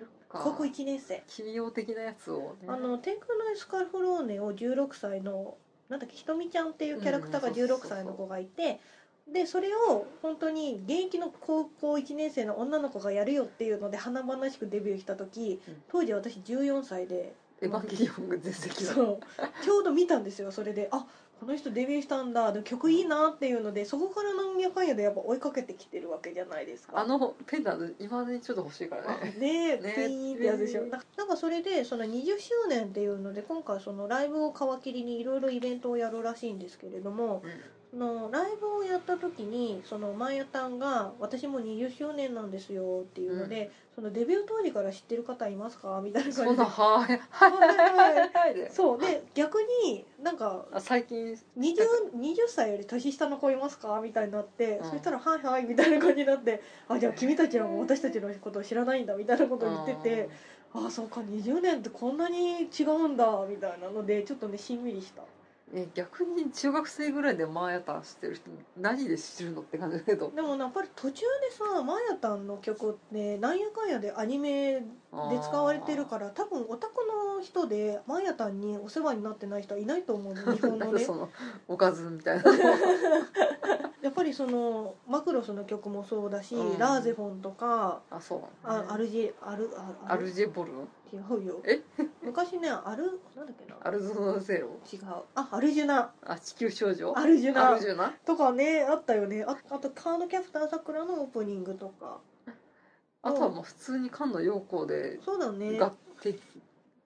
[SPEAKER 3] 16
[SPEAKER 2] 16か
[SPEAKER 3] 高校1年生
[SPEAKER 2] 企業的なやつをね
[SPEAKER 3] あの「天空のエスカルフローネ」を16歳のなんだっけひとみちゃんっていうキャラクターが
[SPEAKER 2] うんうんそ
[SPEAKER 3] 16
[SPEAKER 2] うそうそう
[SPEAKER 3] 歳の子がいてでそれを本当に現役の高校1年生の女の子がやるよっていうので華々しくデビューした時
[SPEAKER 2] うん
[SPEAKER 3] 当時私14歳で
[SPEAKER 2] エヴァンゲリオンが全席だ
[SPEAKER 3] そうちょうど見たんですよそれであ
[SPEAKER 1] この人デビューしたんだでも曲いいなっていうのでそこからなんやかんやでやっぱ追いかけてきてるわけじゃないですか
[SPEAKER 2] あのペンダントいまだにちょっと欲しいから
[SPEAKER 3] *laughs*
[SPEAKER 2] ね
[SPEAKER 1] *laughs* ね
[SPEAKER 2] ね
[SPEAKER 1] ピーンってやつでしょ
[SPEAKER 2] ピーン
[SPEAKER 1] ななんかそれでその20周年っていうので今回そのライブを皮切りにいろいろイベントをやるらしいんですけれども
[SPEAKER 2] うん
[SPEAKER 1] そのライブをやった時にそのマヤタンが「私も20周年なんですよ」っていうので、そのデビュー当時から知ってる方いますかみたいな
[SPEAKER 2] そ
[SPEAKER 1] 感
[SPEAKER 2] ん
[SPEAKER 1] じ
[SPEAKER 2] な
[SPEAKER 1] で
[SPEAKER 2] はいはいはいはいはいで
[SPEAKER 1] そうで逆になんか
[SPEAKER 2] あ最近
[SPEAKER 1] 20, 20歳より年下の子いますかみたいになって、
[SPEAKER 2] うん
[SPEAKER 1] そしたら「はいはい」みたいな感じになって「あじゃあ君たちはもう私たちのことを知らないんだ」みたいなことを言ってて「ああそうか20年ってこんなに違うんだ」みたいなのでちょっとねしんみりした
[SPEAKER 2] うんね逆に中学生ぐらいでマーヤタン知ってる人何で知るのって感じだけど
[SPEAKER 1] でもやっぱり途中でさまやたんの曲ってなんやかんやでアニメで使われてるから多分オタクの人でまやたんにお世話になってない人はいないと思う
[SPEAKER 2] *laughs*
[SPEAKER 1] の日本の
[SPEAKER 2] なんか
[SPEAKER 1] ね
[SPEAKER 2] そのおかずみたいな
[SPEAKER 1] やっぱりそのマクロスの曲もそうだし、
[SPEAKER 2] うん
[SPEAKER 1] ラーゼフォンとか
[SPEAKER 2] あそうな
[SPEAKER 1] あ
[SPEAKER 2] んだ
[SPEAKER 1] ア
[SPEAKER 2] ね
[SPEAKER 1] ルジアルア
[SPEAKER 2] アルジェボルン
[SPEAKER 1] 違うよ
[SPEAKER 2] え
[SPEAKER 1] 昔ねアルなんだっけな
[SPEAKER 2] アルゾナゼロ
[SPEAKER 1] 違うあアルジュナ
[SPEAKER 2] あ地球少女
[SPEAKER 1] アルジュ
[SPEAKER 2] ア
[SPEAKER 1] ナ
[SPEAKER 2] ルジュナ
[SPEAKER 1] とかねあったよねああとカードキャプター桜のオープニングとか
[SPEAKER 2] あとはもう普通に菅野陽子で
[SPEAKER 1] そうだね
[SPEAKER 2] 楽器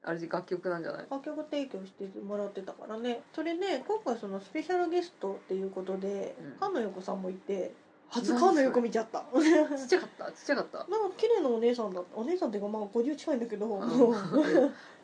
[SPEAKER 2] あれ楽曲なんじ
[SPEAKER 1] *laughs*
[SPEAKER 2] ゃない
[SPEAKER 1] 楽曲提供してもらってたからねそれで今回そのスペシャルゲストっていうことで
[SPEAKER 2] うん
[SPEAKER 1] 菅野陽子さんもいて
[SPEAKER 2] 何
[SPEAKER 1] 初菅野陽子見ちゃった *laughs*
[SPEAKER 2] ちっちゃかったちっちゃかった
[SPEAKER 1] なんか綺麗なお姉さんだったお姉さんっていうかまあ50近いんだけど
[SPEAKER 2] あ
[SPEAKER 1] そ
[SPEAKER 2] の
[SPEAKER 1] う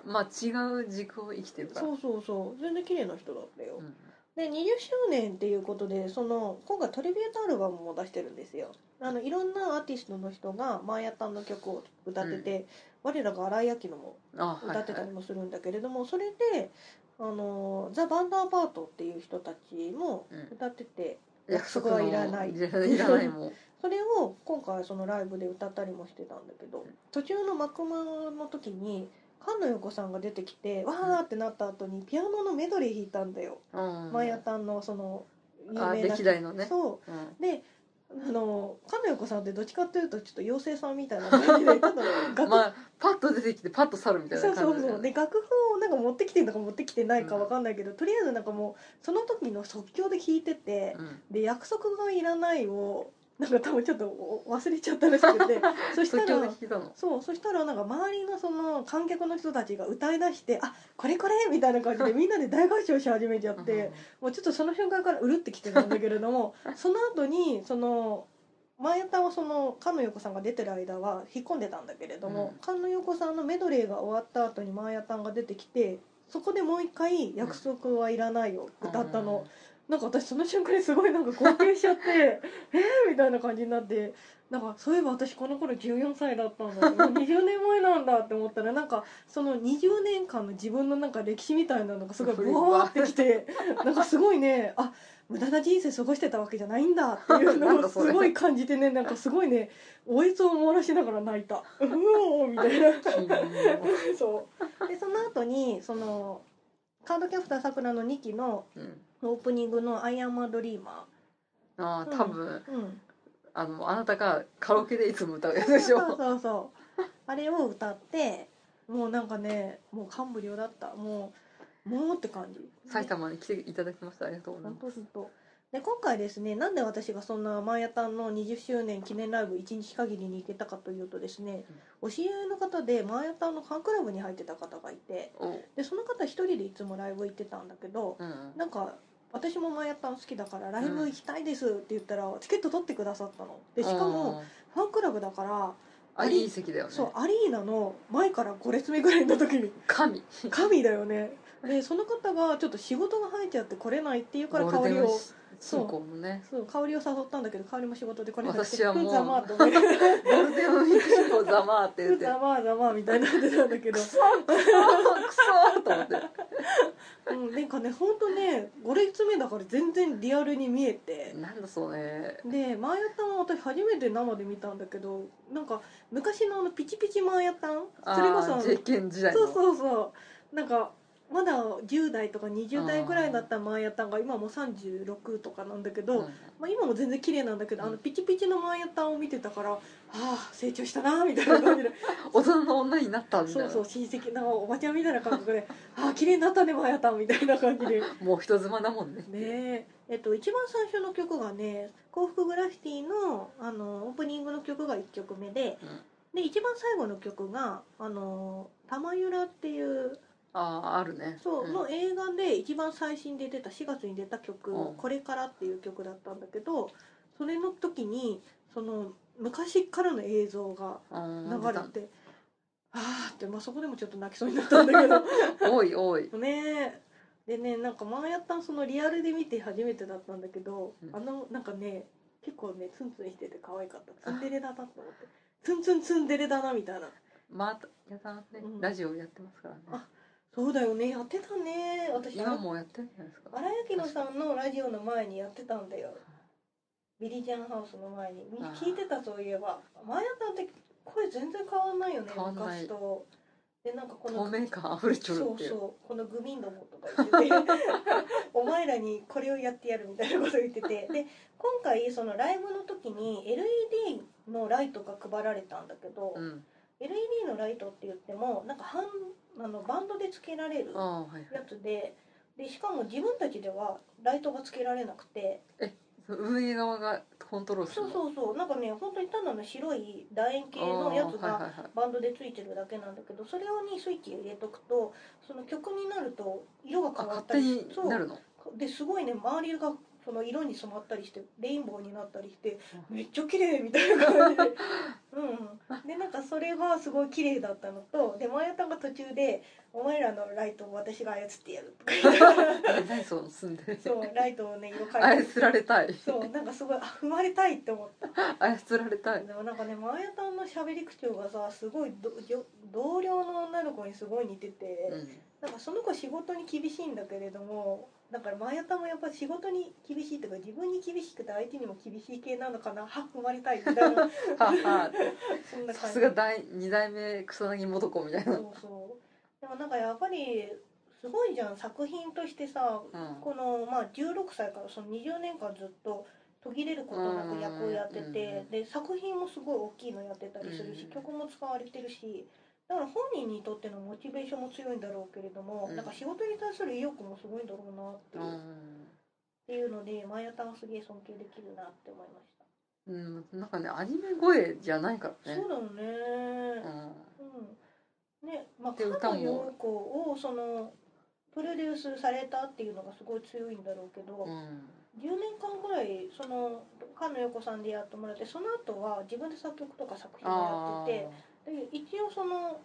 [SPEAKER 2] まあ違う軸を生きてるから
[SPEAKER 1] *laughs* そうそう全然綺麗な人だったよ、
[SPEAKER 2] うん
[SPEAKER 1] で20周年っていうことでその今回トリビュートアルバムも出してるんですよあのいろんなアーティストの人がマーヤタンの曲を歌ってて、我らが荒井明乃も
[SPEAKER 2] あ
[SPEAKER 1] 歌ってた
[SPEAKER 2] はい
[SPEAKER 1] りもするんだけれども、それであのザ・バンダーバートっていう人たちも
[SPEAKER 2] はいうん
[SPEAKER 1] 歌ってて
[SPEAKER 2] 約
[SPEAKER 1] 約
[SPEAKER 2] 束
[SPEAKER 1] 束
[SPEAKER 2] は
[SPEAKER 1] はいい
[SPEAKER 2] ら
[SPEAKER 1] ら
[SPEAKER 2] な
[SPEAKER 1] ないい
[SPEAKER 2] いらないもん
[SPEAKER 1] それを今回そのライブで歌ったりもしてたんだけど
[SPEAKER 2] ん
[SPEAKER 1] 途中の幕間の時に菅野陽子さんが出てきてわーってなった後にピアノのメドレー弾いたんだよ、 *laughs*
[SPEAKER 2] うん
[SPEAKER 1] マーヤタンのその有
[SPEAKER 2] あ
[SPEAKER 1] 名な
[SPEAKER 2] 歴代のね
[SPEAKER 1] そう
[SPEAKER 2] うん
[SPEAKER 1] であの金子さんってどっちかっていうとちょっと妖精さんみたいな感じ
[SPEAKER 2] *laughs*
[SPEAKER 1] でちょっと楽、
[SPEAKER 2] まあパッと出てきてパッと去るみたい
[SPEAKER 1] そ
[SPEAKER 2] な
[SPEAKER 1] うそ
[SPEAKER 2] 感
[SPEAKER 1] う
[SPEAKER 2] じだ
[SPEAKER 1] そ
[SPEAKER 2] よ
[SPEAKER 1] う
[SPEAKER 2] ね
[SPEAKER 1] で楽譜をなんか持ってきてるのか持ってきてないかわかんないけど、とりあえずなんかもうその時の即興で聞いてて、
[SPEAKER 2] うん
[SPEAKER 1] で「約束がいらない」をなんか多分ちょっとお忘れちゃったらしく
[SPEAKER 2] *laughs*
[SPEAKER 1] てそした
[SPEAKER 2] 即興で
[SPEAKER 1] ら
[SPEAKER 2] 聞。いたの
[SPEAKER 1] そうそしたらなんか周りのその観客の人たちが歌いだして「あこれこれ!」みたいな感じでみんなで大合唱し始めちゃって、もうちょっとその瞬間からうるってきてたんだけれど
[SPEAKER 2] *laughs*
[SPEAKER 1] もその後にその前田はその菅野陽子さんが出てる間は引っ込んでたんだけれども、
[SPEAKER 2] うん
[SPEAKER 1] 菅野陽子さんのメドレーが終わった後に前田が出てきてそこでもう一回「約束はいらないよ」
[SPEAKER 2] うん
[SPEAKER 1] 歌ったの、なんか私その瞬間にすごいなんか号泣し
[SPEAKER 2] *laughs*
[SPEAKER 1] ちゃってえーみたいな感じになってなんかそういえば私この頃14歳だったんだもう20年
[SPEAKER 2] *laughs*
[SPEAKER 1] 前なんだって思ったらなんかその20年間の自分のなんか歴史みたいなのがす
[SPEAKER 2] *laughs*
[SPEAKER 1] ごいブワーってきてなんかすごいねあ無駄な人生過ごしてたわけじゃないんだっていう
[SPEAKER 2] *laughs* なん
[SPEAKER 1] の
[SPEAKER 2] だ
[SPEAKER 1] を
[SPEAKER 2] それ
[SPEAKER 1] すごい感じてねなんかすごいねおえつを漏らしながら泣いた「うおー」みたいな。
[SPEAKER 2] *laughs* うん
[SPEAKER 1] そうでその後にそのカードキャプターさくらの2期の
[SPEAKER 2] うん
[SPEAKER 1] オープニングの「アイアンマドリーマ
[SPEAKER 2] ああ多分
[SPEAKER 1] ー」うん、
[SPEAKER 2] あのあなたがカラオケでいつも歌うやつでし
[SPEAKER 1] そう
[SPEAKER 2] ょ
[SPEAKER 1] そうそうあれを歌ってもうなんかねもう感無量だったもうもうって感じ
[SPEAKER 2] 埼玉に来ていただきましたありがとうござい
[SPEAKER 1] 本
[SPEAKER 2] ます
[SPEAKER 1] 当本当で今回ですねなんで私がそんなマーヤタンの20周年記念ライブ1日限りに行けたかというとですねお知り合いの方でマーヤタンのファンクラブに入ってた方がいて
[SPEAKER 2] お
[SPEAKER 1] でその方一人でいつもライブ行ってたんだけど
[SPEAKER 2] うん
[SPEAKER 1] なんか私もマーヤタン好きだからライブ行きたいですって言ったらチケット取ってくださったのでしかもファンクラブだから
[SPEAKER 2] あいい席だよね
[SPEAKER 1] そうアリーナの前から5列目ぐらいの時
[SPEAKER 2] *laughs*
[SPEAKER 1] に
[SPEAKER 2] 神
[SPEAKER 1] 神だよねでその方がちょっと仕事が入っちゃって来れないっていうから
[SPEAKER 2] ゴー
[SPEAKER 1] 香
[SPEAKER 2] ルデ
[SPEAKER 1] り
[SPEAKER 2] ンウィ
[SPEAKER 1] を
[SPEAKER 2] ーク進行もね
[SPEAKER 1] そう香りを誘ったんだけど香りも仕事で来れなくて
[SPEAKER 2] 私はもう
[SPEAKER 1] ふざまあと思
[SPEAKER 2] *laughs*
[SPEAKER 1] って
[SPEAKER 2] ゴールデンウィーク進行ざまーって言っ
[SPEAKER 1] ふ *laughs*
[SPEAKER 2] て
[SPEAKER 1] ざまあざまあみたいになってたんだけ
[SPEAKER 2] く
[SPEAKER 1] ど
[SPEAKER 2] そくそと思って
[SPEAKER 1] うんなんかねほんとね5列目だから全然リアルに見えて
[SPEAKER 2] なんだそうね
[SPEAKER 1] でマーヤタンは私初めて生で見たんだけどなんか昔のあのピチピチマーヤタンそれこそあの
[SPEAKER 2] 実験時代の
[SPEAKER 1] そうそうそうなんか
[SPEAKER 3] まだ10代とか20代ぐらいだったマーヤタンが今もう36とかなんだけど、まあ、今も全然綺麗なんだけど、あのピチピチのマーヤタンを見てたからああ成長したなみたいな感じで
[SPEAKER 2] 大人の女になったみたい
[SPEAKER 3] そう
[SPEAKER 2] な
[SPEAKER 3] そう親戚なんかおばちゃんみたいな感覚でああ綺麗になったねマーヤタンみたいな感じで。
[SPEAKER 2] もう人妻だもんね
[SPEAKER 3] ねええっと、一番最初の曲がね「幸福グラフィティの」あのオープニングの曲が1曲目で,、
[SPEAKER 2] うん
[SPEAKER 3] で一番最後の曲が「あの玉ゆら」っていう
[SPEAKER 2] あああるね
[SPEAKER 3] そう、
[SPEAKER 2] ん
[SPEAKER 3] の映画で一番最新で出た4月に出た曲
[SPEAKER 2] うん
[SPEAKER 3] 「これから」っていう曲だったんだけどそれの時にその昔からの映像が流
[SPEAKER 2] うん
[SPEAKER 3] れて。あーって、まあ、そこでもちょっと泣きそうになったんだけ
[SPEAKER 2] *laughs*
[SPEAKER 3] ど
[SPEAKER 2] 多い多い
[SPEAKER 3] ねえでねなんか前やったんそのリアルで見て初めてだったんだけど、
[SPEAKER 2] うん
[SPEAKER 3] あのなんかね結構ねツンツンしてて可愛かったツンデレだなと思ってツンツンツンデレだなみたいな
[SPEAKER 2] またやだね、
[SPEAKER 3] うん
[SPEAKER 2] ラジオやってますからね
[SPEAKER 3] あそうだよねやってたね私
[SPEAKER 2] 今もやってるんじゃないですか
[SPEAKER 1] 荒井明乃さんのラジオの前にやってたんだよビリジャンハウスの前にみ
[SPEAKER 2] あー
[SPEAKER 1] 聞いてたそういえば前やったって声全然変わんないよね
[SPEAKER 2] 変わんない
[SPEAKER 1] 昔とでなんかこの
[SPEAKER 2] 透明感溢れち
[SPEAKER 1] そ
[SPEAKER 2] ょるっ
[SPEAKER 1] う
[SPEAKER 2] ていう
[SPEAKER 1] そうこのグミンどもとか言
[SPEAKER 2] *laughs*
[SPEAKER 1] っててお前らにこれをやってやるみたいなこと言っててで今回そのライブの時に LED のライトが配られたんだけど、
[SPEAKER 2] うん
[SPEAKER 1] LED のライトって言ってもなんか半あのバンドでつけられる
[SPEAKER 2] ああはい
[SPEAKER 1] やつででしかも自分たちではライトがつけられなくて
[SPEAKER 2] 運営側がコントロールする
[SPEAKER 1] そう
[SPEAKER 2] の
[SPEAKER 1] そうそうなんかね本当にただの白い楕円形のやつ
[SPEAKER 2] ああ
[SPEAKER 1] が
[SPEAKER 2] はいはいはい
[SPEAKER 1] バンドでついてるだけなんだけどそれをにスイッチ入れとくとその曲になると色が
[SPEAKER 2] あ
[SPEAKER 1] 変わ
[SPEAKER 2] 勝
[SPEAKER 1] った
[SPEAKER 2] 手
[SPEAKER 1] りし
[SPEAKER 2] になるの
[SPEAKER 1] そうですごいね周りがその色に染まったりしてレインボーになったりして
[SPEAKER 2] うん
[SPEAKER 1] めっちゃ綺麗みたいな感じで *laughs* うんでなんかそれがすごい綺麗だったのとでマヤタンが途中で「お前らのライトを私が操ってやる」とか言って
[SPEAKER 2] え何その住んでる
[SPEAKER 1] そうライトをね色変えて
[SPEAKER 2] 操られたい
[SPEAKER 1] そうなんかすごいあ踏まれたいって思った
[SPEAKER 2] 操られたい
[SPEAKER 1] でもなんかねマーヤタンの喋り口調がさすごいどよ同僚の女の子にすごい似てて、 *laughs*
[SPEAKER 2] うん
[SPEAKER 1] なんかその子仕事に厳しいんだけれどもだからマーヤタンもやっぱ仕事に厳しいとか自分に厳しくて相手にも厳しい系なのかなは踏まれたいみ
[SPEAKER 2] *laughs*
[SPEAKER 1] たいな
[SPEAKER 2] はは
[SPEAKER 1] そんな
[SPEAKER 2] さ
[SPEAKER 1] 感じ
[SPEAKER 2] すが第二代目草薙素子みたい
[SPEAKER 1] そう
[SPEAKER 2] な
[SPEAKER 1] そうでもなんかやっぱりすごいじゃん作品としてさ
[SPEAKER 2] うん
[SPEAKER 1] この、まあ、16歳からその20年間ずっと途切れることなく役をやって
[SPEAKER 2] うんうんう
[SPEAKER 1] て
[SPEAKER 2] ん
[SPEAKER 1] で作品もすごい大きいのやってたりするし
[SPEAKER 2] うん
[SPEAKER 1] 曲も使われてるしだから本人にとってのモチベーションも強いんだろうけれども
[SPEAKER 2] うん
[SPEAKER 1] なんか仕事に対する意欲もすごいんだろう
[SPEAKER 2] う
[SPEAKER 1] なっていう,、っ
[SPEAKER 2] ん
[SPEAKER 1] ていうのでマヤタンすげえ尊敬できるなって思いまし
[SPEAKER 2] うんなんかねアニメ声じゃないか
[SPEAKER 1] た、
[SPEAKER 2] らね
[SPEAKER 1] そうだよね
[SPEAKER 2] うん
[SPEAKER 1] うん、ねまあ
[SPEAKER 2] で
[SPEAKER 1] 彼
[SPEAKER 2] 歌も
[SPEAKER 1] 女優子をそのプロデュースされたっていうのがすごい強いんだろうけど、
[SPEAKER 2] うん
[SPEAKER 1] 10年間ぐらいその菅野陽子さんでやってもらってその後は自分で作曲とか作品
[SPEAKER 2] あ
[SPEAKER 1] もやってて
[SPEAKER 2] ー
[SPEAKER 1] で一応その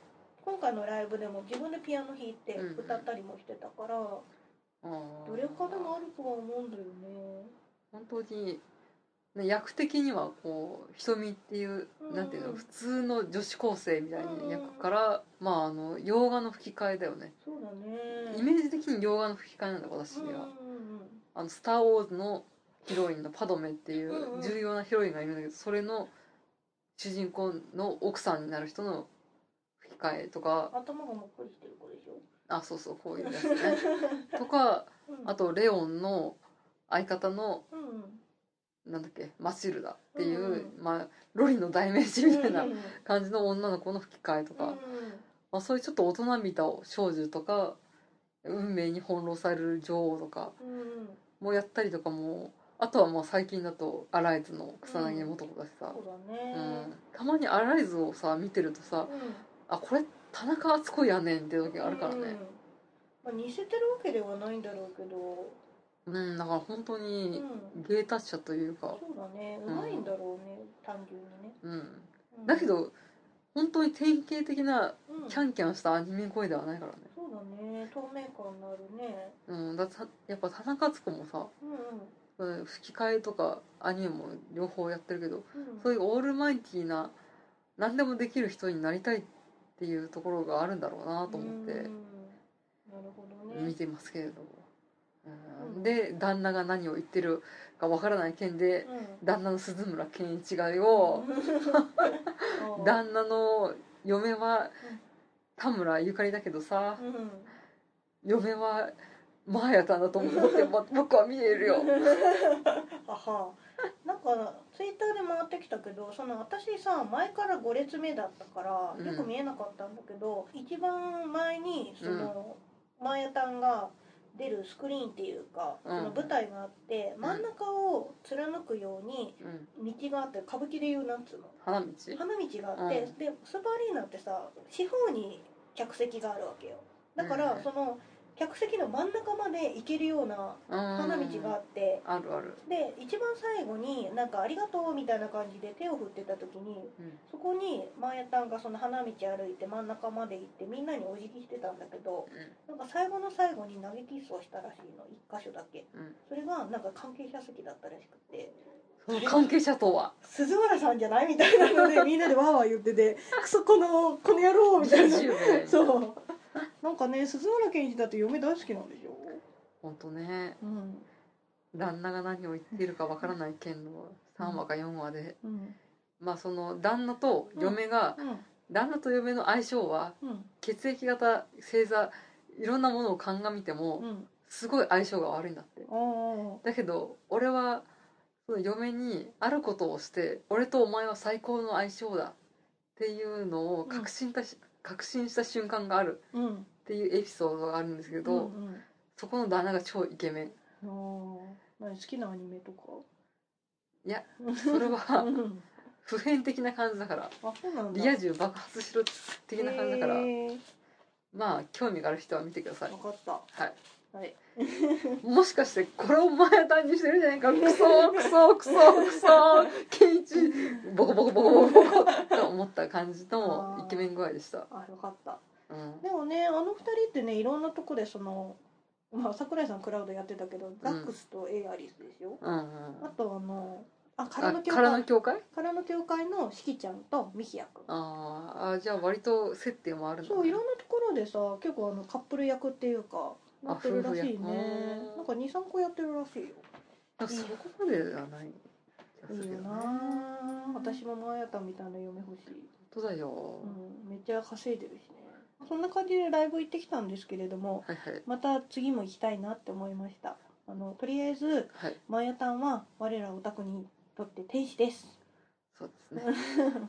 [SPEAKER 1] 今回のライブでも自分でピアノ弾いて
[SPEAKER 2] うん
[SPEAKER 1] 歌ったりもしてたから、
[SPEAKER 2] うん
[SPEAKER 1] どれかでもあるとは思うんだよね
[SPEAKER 2] 本当にね役的にはこう瞳っていう、
[SPEAKER 1] うん
[SPEAKER 2] なんていうの普通の女子高生みたいな役から、まああの洋画の吹き替えだよね、
[SPEAKER 1] そうだね
[SPEAKER 2] イメージ的に洋画の吹き替えなんだ私
[SPEAKER 1] うん
[SPEAKER 2] に
[SPEAKER 1] うん
[SPEAKER 2] は、あの「スター・ウォーズ」のヒロインのパドメってい
[SPEAKER 1] うんう
[SPEAKER 2] うん重要なヒロインがいるんだけどそれの主人公の奥さんになる人の吹き替えとか
[SPEAKER 1] うん、頭がもっこりしてる子でしょ、
[SPEAKER 2] あそうそうこういうやつねとか
[SPEAKER 1] うん、
[SPEAKER 2] あとレオンの相方の
[SPEAKER 1] うんうん
[SPEAKER 2] なんだっけマシルダっていう、
[SPEAKER 1] うん
[SPEAKER 2] まあ、ロリの代名詞みたいな
[SPEAKER 1] うんうん
[SPEAKER 2] 感じの女の子の吹き替えとか、まあ、そういうちょっと大人びた少女とか運命に翻弄される女王とか
[SPEAKER 1] うんうんうん
[SPEAKER 2] もやったりとかもあとはもう最近だとアライズの草薙素子だしさ
[SPEAKER 1] そ、うだ
[SPEAKER 2] うん
[SPEAKER 1] ね
[SPEAKER 2] たまにアライズをさ見てるとさ
[SPEAKER 1] うん
[SPEAKER 2] あこれ田中敦子やねんっていう時があるからね、
[SPEAKER 1] うんまあ、似せてるわけではないんだろうけど、
[SPEAKER 2] うんだから本当
[SPEAKER 1] うん、
[SPEAKER 2] に
[SPEAKER 1] そ
[SPEAKER 2] 芸達者というか、
[SPEAKER 1] うだねう
[SPEAKER 2] うん
[SPEAKER 1] まいんだろうね、単純にね、
[SPEAKER 2] うん、
[SPEAKER 1] うん
[SPEAKER 2] だけ、ど本当に典型的な
[SPEAKER 1] うん、
[SPEAKER 2] キャンキャンしたアニメ声ではないからね
[SPEAKER 1] そうだね透明感のあるね
[SPEAKER 2] うん、だたやっぱ田中敦子もさ
[SPEAKER 1] うん
[SPEAKER 2] うん吹き替えとかアニメも両方やってるけど
[SPEAKER 1] うん
[SPEAKER 2] そう
[SPEAKER 1] い
[SPEAKER 2] いうオールマイティーな何でもできる人になりたいっていうところがあるんだろうなと思って
[SPEAKER 1] なるほど
[SPEAKER 2] 見
[SPEAKER 1] ね
[SPEAKER 2] てますけれども、うん
[SPEAKER 1] うん
[SPEAKER 2] で旦那が何を言ってるかわからない件で
[SPEAKER 1] うん
[SPEAKER 2] 旦那の鈴村健一がよ、
[SPEAKER 1] うん
[SPEAKER 2] *laughs* 旦那の嫁は
[SPEAKER 1] うん
[SPEAKER 2] 田村ゆかりだけどさ、
[SPEAKER 1] うん
[SPEAKER 2] 嫁はマーヤさんだと
[SPEAKER 1] *laughs*
[SPEAKER 2] 思ってま僕は見えるよ
[SPEAKER 4] あはなんかツイッターで回ってきたけどその私さ前から5列目だったか
[SPEAKER 2] うん
[SPEAKER 4] らよく見えなかったんだけど、一番前にその、マーヤタンが出るスクリーンっていうか、
[SPEAKER 2] うん
[SPEAKER 4] その舞台があって真ん中を貫くように
[SPEAKER 2] うん
[SPEAKER 4] 道があって歌舞伎でいうなんつうの
[SPEAKER 2] 花道
[SPEAKER 4] 花道があって、
[SPEAKER 2] う
[SPEAKER 4] でスーパーアリーナってさ四方に客席があるわけよだから、
[SPEAKER 2] うん
[SPEAKER 4] その客席の真ん中まで行けるような花
[SPEAKER 2] 花
[SPEAKER 4] 道があって、
[SPEAKER 2] あるある
[SPEAKER 4] で一番最後になんか「ありがとう」みたいな感じで手を振ってた時に
[SPEAKER 2] うん
[SPEAKER 4] そこにマーヤタンがその花道歩いて真ん中まで行ってみんなにお辞儀してたんだけどなんか最後の最後に投げキッスをしたらしいの一箇所だけ、
[SPEAKER 2] うん
[SPEAKER 4] それがなんか関係者席だったらしくて
[SPEAKER 2] うんその関係者とは
[SPEAKER 1] 鈴原さんじゃないみたいなのでみんなでわーわー言ってて「クソこのこの野郎」みたいな
[SPEAKER 2] 20名
[SPEAKER 1] そうなんかね鈴原健一だって嫁大好きなんでしょ
[SPEAKER 2] 本当ね
[SPEAKER 1] うん
[SPEAKER 2] 旦那が何を言っているかわからない件の3話か4話で、
[SPEAKER 1] うん
[SPEAKER 2] まあその旦那と嫁が、
[SPEAKER 1] うん
[SPEAKER 2] 旦那と嫁の相性は
[SPEAKER 1] うん
[SPEAKER 2] 血液型星座いろんなものを鑑みても
[SPEAKER 1] うん
[SPEAKER 2] すごい相性が悪いんだって
[SPEAKER 1] あ
[SPEAKER 2] だけど俺はその嫁にあることをして俺とお前は最高の相性だっていうのを確信たし、確信した瞬間がある
[SPEAKER 1] あうん
[SPEAKER 2] っていうエピソードがあるんですけど、
[SPEAKER 1] うんうん
[SPEAKER 2] そこの旦那が超イケ
[SPEAKER 1] *laughs*
[SPEAKER 2] メン
[SPEAKER 1] あー何好きなアニメとか
[SPEAKER 2] いや
[SPEAKER 1] そ
[SPEAKER 2] それは
[SPEAKER 1] うん、
[SPEAKER 2] 普遍的な感じだから
[SPEAKER 1] あそうなんだ
[SPEAKER 2] リア充爆発しろ的な感じだから、
[SPEAKER 1] へー
[SPEAKER 2] まあ興味がある人は見てください
[SPEAKER 1] わかった
[SPEAKER 2] はい
[SPEAKER 1] はい
[SPEAKER 2] もしかしてこれを前段にしてるんじゃないかクソクソクソクソケイチボコボコボコボコボコと思った感じのイケメン具合でした、
[SPEAKER 1] あよかった
[SPEAKER 2] うん、
[SPEAKER 1] でもねあの二人ってねいろんなとこでそのまあ桜井さんクラウドやってたけど、ザックスとエアリスでしょ
[SPEAKER 2] うんうん
[SPEAKER 1] あとあのあ
[SPEAKER 2] あ
[SPEAKER 1] 空の教
[SPEAKER 2] 空の
[SPEAKER 1] 会
[SPEAKER 2] 教会
[SPEAKER 1] 空の教会のしきちゃんとミヒヤ君
[SPEAKER 2] あーあじゃあ割と接点もあるんだね
[SPEAKER 1] そういろんなところでさ結構あのカップル役っていうかなってるらしいね
[SPEAKER 2] あ夫婦役
[SPEAKER 1] なんか23個やってるらしいよ
[SPEAKER 2] あそこまでではない気がす
[SPEAKER 1] い
[SPEAKER 2] る
[SPEAKER 1] い
[SPEAKER 2] け
[SPEAKER 1] よ
[SPEAKER 2] どね
[SPEAKER 1] な私もマーヤタンみたいな嫁欲しい
[SPEAKER 2] 本当だよ、
[SPEAKER 1] うん、めっちゃ稼いでるしねそんな感じでライブ行ってきたんですけれども
[SPEAKER 2] はいはい
[SPEAKER 1] また次も行きたいなって思いましたあのとりあえず
[SPEAKER 2] はい
[SPEAKER 1] マーヤタンは我らオタクにとって天使です
[SPEAKER 2] そう
[SPEAKER 1] *laughs*
[SPEAKER 2] ですね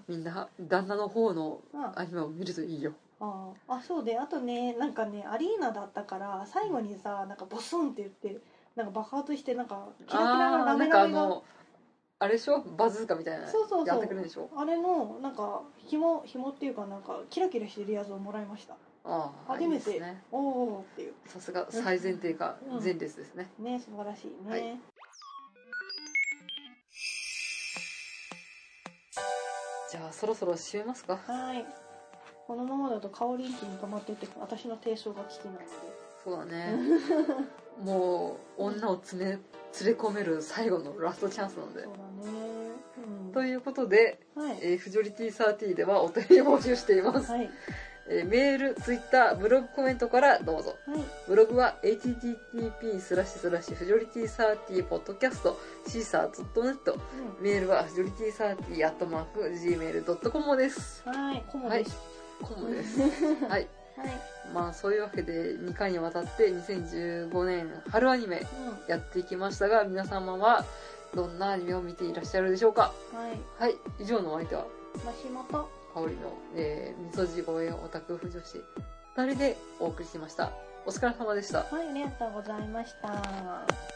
[SPEAKER 2] みんな旦那の方の
[SPEAKER 1] あ
[SPEAKER 2] アニメを見るといいよ
[SPEAKER 1] ああそうであとねなんかねアリーナだったから最後にさなんかボスンって言ってなんか爆発してなんかキラキラの
[SPEAKER 2] あ
[SPEAKER 1] ラ
[SPEAKER 2] ーな
[SPEAKER 1] メ
[SPEAKER 2] んか
[SPEAKER 1] ラ
[SPEAKER 2] あ
[SPEAKER 1] メが
[SPEAKER 2] のあれでしょバズーカみたいな
[SPEAKER 1] そうそうそう
[SPEAKER 2] やってくれるんでしょ
[SPEAKER 1] あれのなんか紐紐っていうかなんかキラキラしてるやつをもらいました
[SPEAKER 2] ああ
[SPEAKER 1] 初めて
[SPEAKER 2] いいですね
[SPEAKER 1] おおっていう
[SPEAKER 2] さすが最前提か
[SPEAKER 1] うん
[SPEAKER 2] 前列ですね、
[SPEAKER 1] ね素晴らしいね、
[SPEAKER 2] はいじゃあそろそろ締めますか
[SPEAKER 1] はい。このままだと香りんちに溜まってて私の提唱が聞きなので。
[SPEAKER 2] そうだねもう女をつ、ね、連れ込める最後のラストチャンスなので
[SPEAKER 1] そうだね。うん。
[SPEAKER 2] ということで、
[SPEAKER 1] はい。
[SPEAKER 2] えー、フジョリティサーティではお便りを募集しています、
[SPEAKER 1] はい。はい。
[SPEAKER 2] えーメールツイッターブログコメントからどうぞブログは http スラッシュスラッシュフジョリティサーティポッドキャストシーサー .net メールはフジョリティサーティアットマーク gmail.com です
[SPEAKER 1] うん。はい。コモです。
[SPEAKER 2] コムですはい
[SPEAKER 1] はい。
[SPEAKER 2] まあそういうわけで2回にわたって2015年春アニメやっていきましたが皆様はどんなアニメを見ていらっしゃるでしょうか
[SPEAKER 1] うん。はい。
[SPEAKER 2] はい以上のお相手は
[SPEAKER 1] マシモと。
[SPEAKER 2] 香りの、えー、みそじ越えオタク婦女子2人でお送りしましたお疲れ様でした
[SPEAKER 1] はい。ありがとうございました。